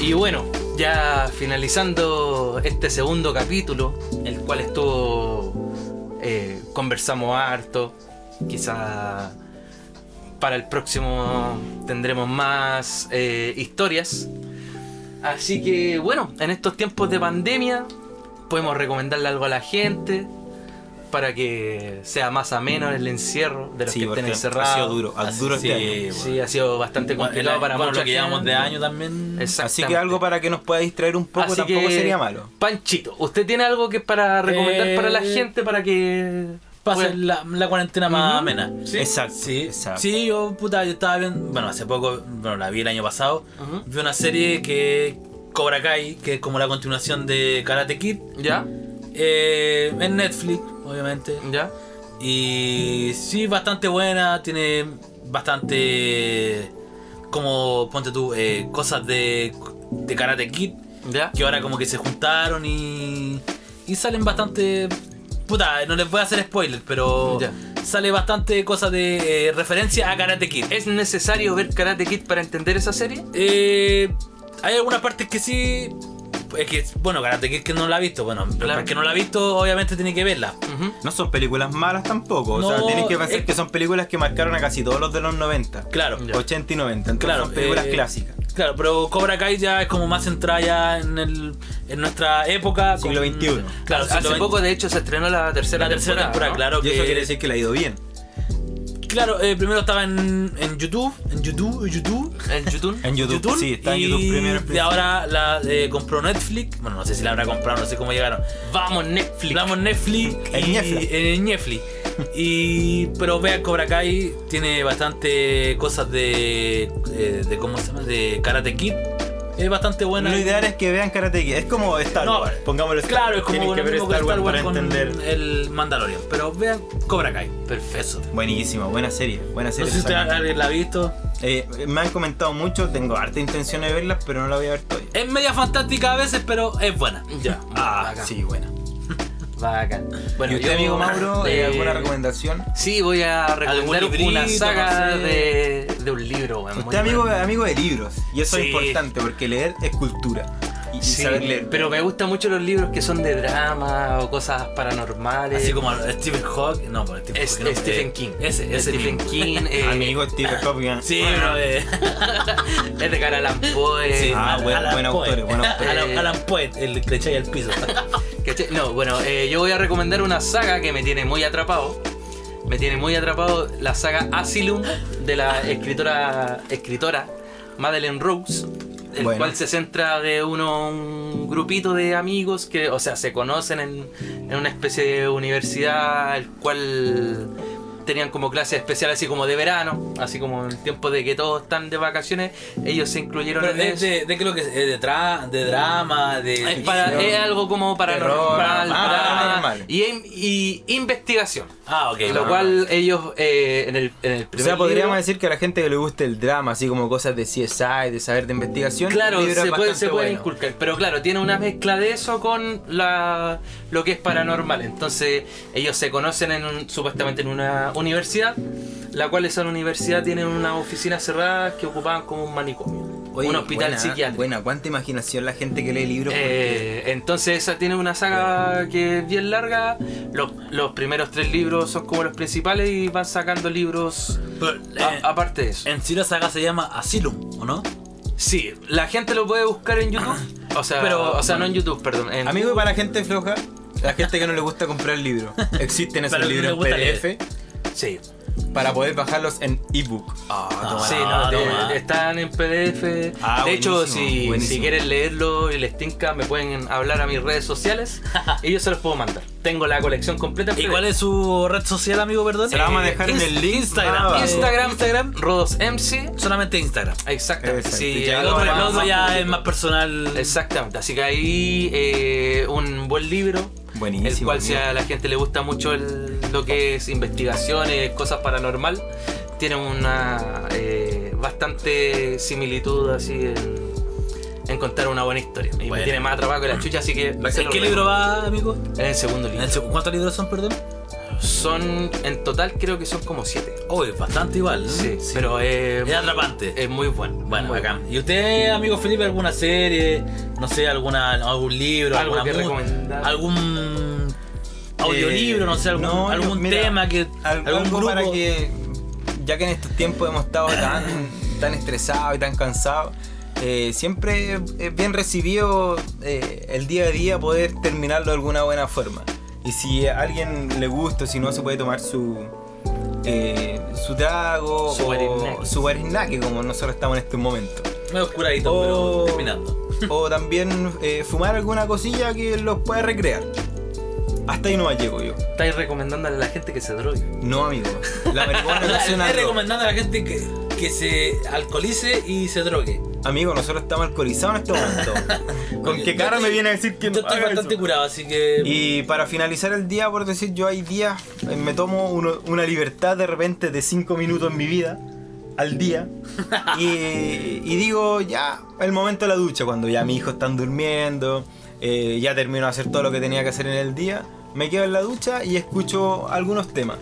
Y bueno, ya finalizando este segundo capítulo, el cual estuvo. eh, conversamos harto. Quizá para el próximo tendremos más eh, historias. Así que bueno, en estos tiempos de pandemia podemos recomendarle algo a la gente para que sea más ameno el encierro de los
Sí,
que
porque
estén
ha sido
encerrados.
duro, ha duro
Sí,
este año.
bueno.
Sí, ha sido bastante complicado para
bueno,
mucha
lo que llevamos
gente.
de año también.
Así
Exactamente.
que algo para que nos pueda distraer un poco
Así
tampoco
que,
sería malo.
Panchito, ¿usted tiene algo que para recomendar
Eh,
para la gente para que
Pasa
pueda-
la, la cuarentena más
Ujú.
amena.
Exacto.
Sí,
exacto.
sí, yo, puta, yo estaba viendo. Bueno, hace poco, bueno, la vi el año pasado.
Ujú.
Vi una serie que. Cobra Kai, que es como la continuación de Karate Kid.
¿Ya?
eh, en Netflix, obviamente.
¿Ya?
Y sí, bastante buena, tiene bastante. Como, ponte tú, eh, cosas de, de Karate Kid
¿Ya?
que ahora como que se juntaron y. Y salen bastante. Puta, no les voy a hacer spoiler, pero.
Ya.
Sale bastante cosas de eh, referencia a Karate Kid.
¿Es necesario ver Karate Kid para entender esa serie?
Eh, hay algunas partes que sí. Es que, bueno, Karate Kid que no la ha visto. Bueno,
Claro.
para el que no la ha visto, obviamente tiene que verla.
Ujú.
No son películas malas tampoco. o sea,
No,
tienes que pensar
es-
que son películas que marcaron a casi todos los de los 90.
Claro.
Ya.
80 y 90. Entonces
Claro,
son películas
eh,
clásicas.
Claro, pero Cobra Kai ya es como más centrada ya en, el, en nuestra época. con-
Siglo XXI.
Claro,
Hace poco, de hecho, se estrenó la tercera
la tercera temporada,
temporada, ¿no?
claro.
Y
Que,
eso quiere decir que le ha ido bien.
Claro, eh, primero estaba en, en YouTube, en YouTube, en YouTube.
En
(laughs)
YouTube.
En YouTube. Sí, está en
y
YouTube Premium. al
Y
principio.
ahora la eh, compró Netflix. Bueno, no sé si la habrá comprado, no sé cómo llegaron.
Vamos, Netflix.
Hablamos en Netflix.
En
y,
Netflix.
En Netflix. Y, pero vean Cobra Kai, tiene bastante cosas de, eh, de. ¿Cómo se llama? De Karate Kid. Es bastante buena.
Lo ideal es que vean Karate Kid. Es como Star
eh, No,
Wars. Pongámoslo Star
Claro, es
Wars.
como
Tienen que
lo
ver
mismo que
Star Wars para
con
entender.
el Mandalorian. Pero vean Cobra Kai. Perfecto.
Perfecto.
Buenísimo, buena serie. Buena
No
serie.
sé si usted
esa.
alguien la ha visto.
Eh, me han comentado mucho. Tengo harta intención de verlas, pero no la voy a ver todavía.
Es media fantástica a veces, pero es buena.
Ya.
Ah,
bacán.
sí, buena.
Bacán.
¿Y usted,
yo, (laughs)
amigo Mauro, eh,
eh,
alguna recomendación?
Sí, voy a recomendar
librito,
una saga
no sé.
de, de un libro. weón, muy
Usted amigo,
bueno.
amigo de libros, y eso es
Sí.
importante, porque leer es cultura. Y, y
Sí,
saber leer.
pero me gustan mucho los libros que son de drama o cosas paranormales.
Así como Stephen Hawking. No, pero Stephen
Es-
Hawking no,
Stephen
eh,
King.
Ese, ese
Stephen
mismo. (laughs)
King. eh,
amigo Steve Hopkins.
Sí, pero. eh,
Edgar Allan Poe.
sí,
Ah,
Al-
buen-
Alan
buen
Poe.
autor, buen autor.
Alan, Alan Poe, el que le echáis al
(laughs)
piso.
¿Cachai? No, bueno, eh, yo voy a recomendar una saga que me tiene muy atrapado. Me tiene muy atrapado la saga Asylum de la escritora, escritora Madeleine Rose. El
Bueno.
cual se centra de uno, un grupito de amigos que, o sea, se conocen en, en una especie de universidad, el cual tenían como clases especiales así como de verano, así como en tiempo de que todos están de vacaciones, ellos se incluyeron
pero
en
es
eso.
de, de que lo que es eh, de, tra- de drama, de.
Es, Eh, para- es algo como
Terror,
paranormal,
ah,
drama
paranormal.
y, in- y investigación.
Ah, ok.
lo
no,
cual ellos eh, en el, en el
O
primer
sea, podríamos
libro-
decir que a la gente que le gusta el drama, así como cosas de CSI, de saber de investigación,
Claro,
el libro
se
es
puede,
bastante
se puede
bueno.
inculcar, pero claro, tiene una mezcla de eso con la, lo que es paranormal. Entonces, ellos se conocen en un- supuestamente en una universidad, la cual esa universidad tiene una oficina cerrada que ocupaban como un manicomio,
Oye,
un hospital
buena,
psiquiátrico.
Buena, cuánta imaginación la gente que lee libros. porque-
Eh, entonces esa tiene una saga que es bien larga. Los, los primeros tres libros son como los principales y van sacando libros
Pero,
a-
eh,
aparte de eso.
en sí la saga se llama Asylum, ¿o no?
Sí, la gente lo puede buscar en YouTube. O sea,
Pero-
o sea no en YouTube, perdón. en-
Amigo, y para la gente floja, la gente que no le gusta comprar libros, existen esos
Para los que
libros
no les gusta
en PDF
sí.
para poder bajarlos en ebook.
toma,
Sí, no, te-
toma.
están en PDF.
Ah,
de hecho,
buenísimo,
si,
buenísimo.
si quieren leerlo y les tinca, me pueden hablar a mis redes sociales y yo se los puedo mandar. Tengo la colección completa. en
¿Y
PDF.
cuál es su red social, amigo, perdón?
Se la vamos a
Eh,
dejar en
Inst-
el link.
Instagram.
Ah, vale.
Instagram, Instagram, Rodos MC.
Solamente Instagram.
Exactamente.
Exacto.
Sí,
Ya
El
lo
otro, el
más-
otro
más
ya
público.
es más personal.
Exactamente, así que ahí eh, un buen libro,
Buenísimo.
el cual si
amigo.
a la gente le gusta mucho el- lo que es investigaciones, cosas paranormal, tiene una eh, bastante similitud así en, en contar una buena historia. Y me
Bueno.
tiene más atrapado que la chucha, así que... se
¿En
lo
qué
recomiendo.
libro va, amigo?
En el segundo
¿En
libro.
el seg- ¿Cuántos libros son, perdón?
Son, en total creo que son como siete.
Oh, es bastante igual. ¿no?
Sí, pero es,
Es atrapante.
es muy bueno.
bueno,
muy
bacán. ¿Y usted, amigo Felipe, alguna serie? No sé, alguna, algún libro,
Algo
alguna mu-
que recomendar.
algún audiolibro,
Eh,
no sé, algún,
no, yo-
algún
mira,
tema que.
al-
algún
algo
grupo.
para que ya que en estos tiempos hemos estado tan tan estresados y tan cansados eh, siempre es bien recibido eh, el día a día poder terminarlo de alguna buena forma y si a alguien le gusta si no se puede tomar su eh, su trago
Su guarinaki.
o su guarinaki como nosotros estamos en este momento
Medio oscuradito,
o,
pero terminando.
(laughs) o también eh, fumar alguna cosilla que los pueda recrear hasta ahí no más llego yo
Estáis recomendándole a la gente que se drogue.
no amigo
(laughs)
la marihuana no hace
Estoy
nada.
Ah, recomendando a la gente que, que se alcoholice y se drogue.
Amigo, nosotros estamos alcoholizados en
(laughs)
este momento. ¿Con qué cara me viene a decir que no
Yo estoy
haga
bastante
eso?
curado, así que.
Y para finalizar el día, por decir, yo hay días, eh, me tomo uno- una libertad de repente de 5 minutos en mi vida, al día, y, y digo, ya, el momento de la ducha, cuando ya mis hijos están durmiendo, eh, ya termino de hacer todo lo que tenía que hacer en el día, me quedo en la ducha y escucho algunos temas.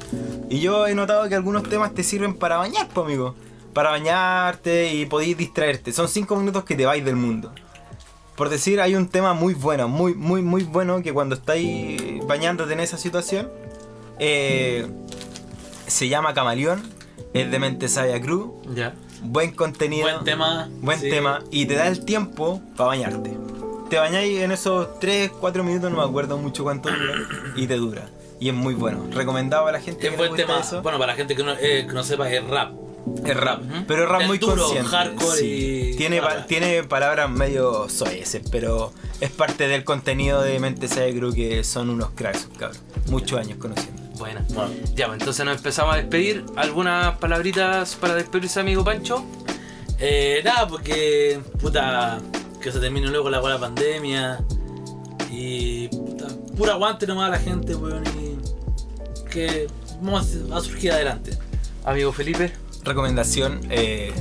Y yo he notado que algunos temas te sirven para bañar, pues, amigo. Para bañarte y podéis distraerte. Son 5 minutos que te vais del mundo. Por decir, hay un tema muy bueno, muy, muy, muy bueno que cuando estáis bañándote en esa situación, eh, se llama Camaleón, es de Mente Sabia Cruz,
Ya.
buen contenido,
Buen tema.
buen
sí.
tema, y te da el tiempo para bañarte. Te bañáis en esos 3, 4 minutos, no me acuerdo mucho cuánto dura, y te dura. Y es muy bueno, recomendado a la gente. que
Es
le
buen
gusta
tema.
eso.
Bueno, para la gente que no, eh, que no sepa, es rap.
Es rap,
Ujú.
pero es rap
Es
muy
duro,
consciente.
hardcore y-
tiene, pa-
Ah.
tiene palabras medio soeces, pero es parte del contenido de Mente Sabe Crew que son unos cracks, esos cabros. Muchos años conociendo.
Buena.
Bueno.
Ya, pues, entonces nos empezamos a despedir. ¿Algunas palabritas para despedirse, amigo Pancho?
Eh, nada, porque puta, que se termine luego la buena pandemia. Y puta, pura aguante nomás a la gente, weón. Y que vamos a- a surgir adelante.
Amigo Felipe.
Recomendación, eh,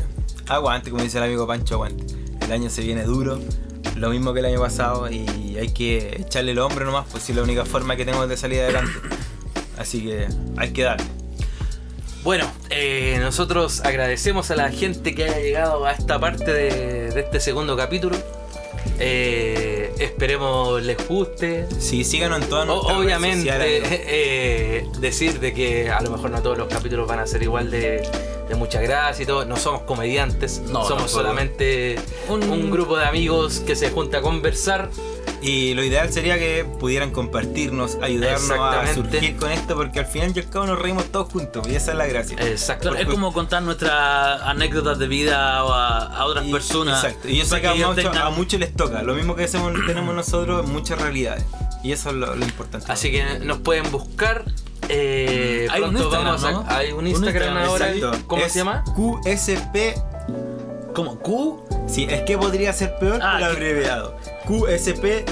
aguante, como dice el amigo Pancho, aguante. El año se viene duro, lo mismo que el año pasado, y hay que echarle el hombro nomás, pues si es la única forma que tenemos de salir adelante. Así que hay que darle.
Bueno, eh, nosotros agradecemos a la gente que haya llegado a esta parte de, de este segundo capítulo. Eh, esperemos les guste.
Sí, síganos en todas
O-
nuestras redes
obviamente,
sociales, amigos.
(laughs) eh, decir de que a lo mejor no todos los capítulos van a ser igual de, de mucha gracia y todo. No somos comediantes,
No,
somos
tampoco.
solamente
Un-
un, grupo de amigos que se junta a conversar.
Y lo ideal sería que pudieran compartirnos, ayudarnos a
Exactamente.
surgir con esto, porque al final y al cabo nos reímos todos juntos, y esa es la gracia.
Exacto.
Claro, es como contar nuestras anécdotas de vida a, a otras
Y-
personas.
Exacto, y yo sé
para
que a
ellos
muchos
tengan-
a muchos les toca, lo mismo que hacemos, (clears throat) tenemos nosotros en muchas realidades, y eso es lo, lo importante.
Así que nos pueden buscar. eh,
Hay un
pronto
Instagram,
vamos a-
¿no?
Hay un
Un
Instagram
Instagram,
ahora.
Exacto.
¿Cómo
Es
se llama?
QSP,
¿Cómo? ¿Q?
sí, es que podría ser peor,
Ah,
pero
que-
abreviado. QSP,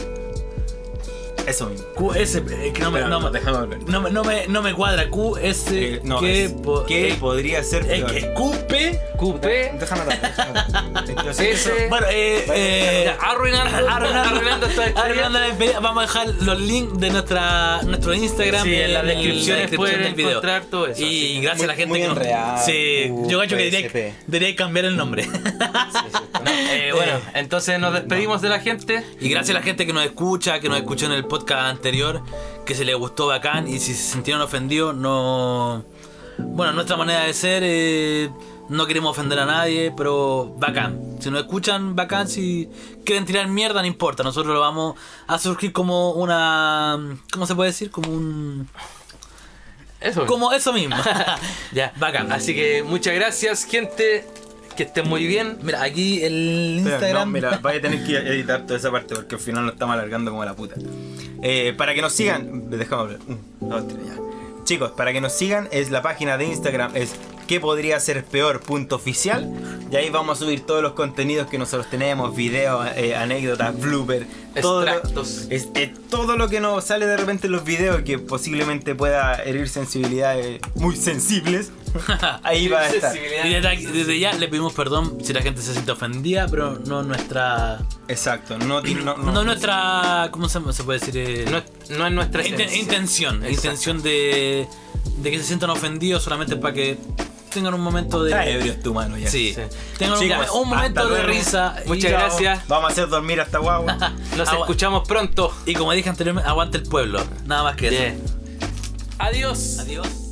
eso mismo.
QS. eh, que no me, no, me-
déjame volver.
no me- no me, no me cuadra. QS.
Eh, no,
que
es-
po-
que
eh,
podría ser
eh,
peor.
que QP.
Coupé.
Déjame hablar, déjame hablar. Entonces,
S.
Bueno, eh, eh,
Ya, Arruinando,
(laughs) Arruinando-
arruinando este esta historia.
Arruinando la despedida. Vamos a dejar los links de nuestra, nuestro Instagram
Sí, en la
el-
descripción
la descripción
pueden encontrar todo eso, así
Y
que
gracias a la gente
muy
que nos-
enredado,
Sí, yo cacho que diría,
USP.
debería cambiar el nombre. (laughs)
Eh, bueno, entonces nos despedimos de la gente.
Y gracias a la gente que nos escucha, que nos escuchó en el podcast anterior, que se les gustó bacán y si se sintieron ofendidos, no. Bueno, nuestra manera de ser, eh, no queremos ofender a nadie, pero bacán. Si nos escuchan, bacán. Si quieren tirar mierda, no importa. Nosotros lo vamos a surgir como una. ¿Cómo se puede decir? Como un.
Eso.
Como eso
(laughs)
mismo.
Ya.
Bacán.
Así que muchas gracias, gente. Que estén muy bien.
Mira, aquí el
Espera,
Instagram.
No, mira, vaya a tener que editar toda esa parte porque al final lo estamos alargando como la puta. Eh, para que nos sigan, déjame hablar. Un, dos, tres, ya. Chicos, para que nos sigan es la página de Instagram, es que podría ser peor punto oficial. Y ahí vamos a subir todos los contenidos que nosotros tenemos, videos, eh, anécdotas, bloopers, todo lo-
Extractos.
es- eh, todo lo que nos (laughs) sale de repente en los videos que posiblemente pueda herir sensibilidades muy sensibles. Ahí va a estar.
Y desde, desde ya le pedimos perdón si la gente se siente ofendida, pero no nuestra.
Exacto. No, ti- no,
No,
no.
nuestra. ¿Cómo se, se puede decir? Eh,
No, es- no es nuestra
inten-
esencia.
intención.
Exacto.
Intención de, de que se sientan ofendidos solamente para que tengan un momento de.
Está ebrio este humano ya.
Sí.
Sí.
Tengan un
Chicos,
momen- un,
hasta
momento de
luego.
risa. y-
Muchas gracias.
Vamos a hacer dormir hasta
(laughs)
guagua.
Nos
Agua-
escuchamos pronto.
Y como dije anteriormente, aguante el pueblo. Nada más que eso.
Adiós.
Adiós.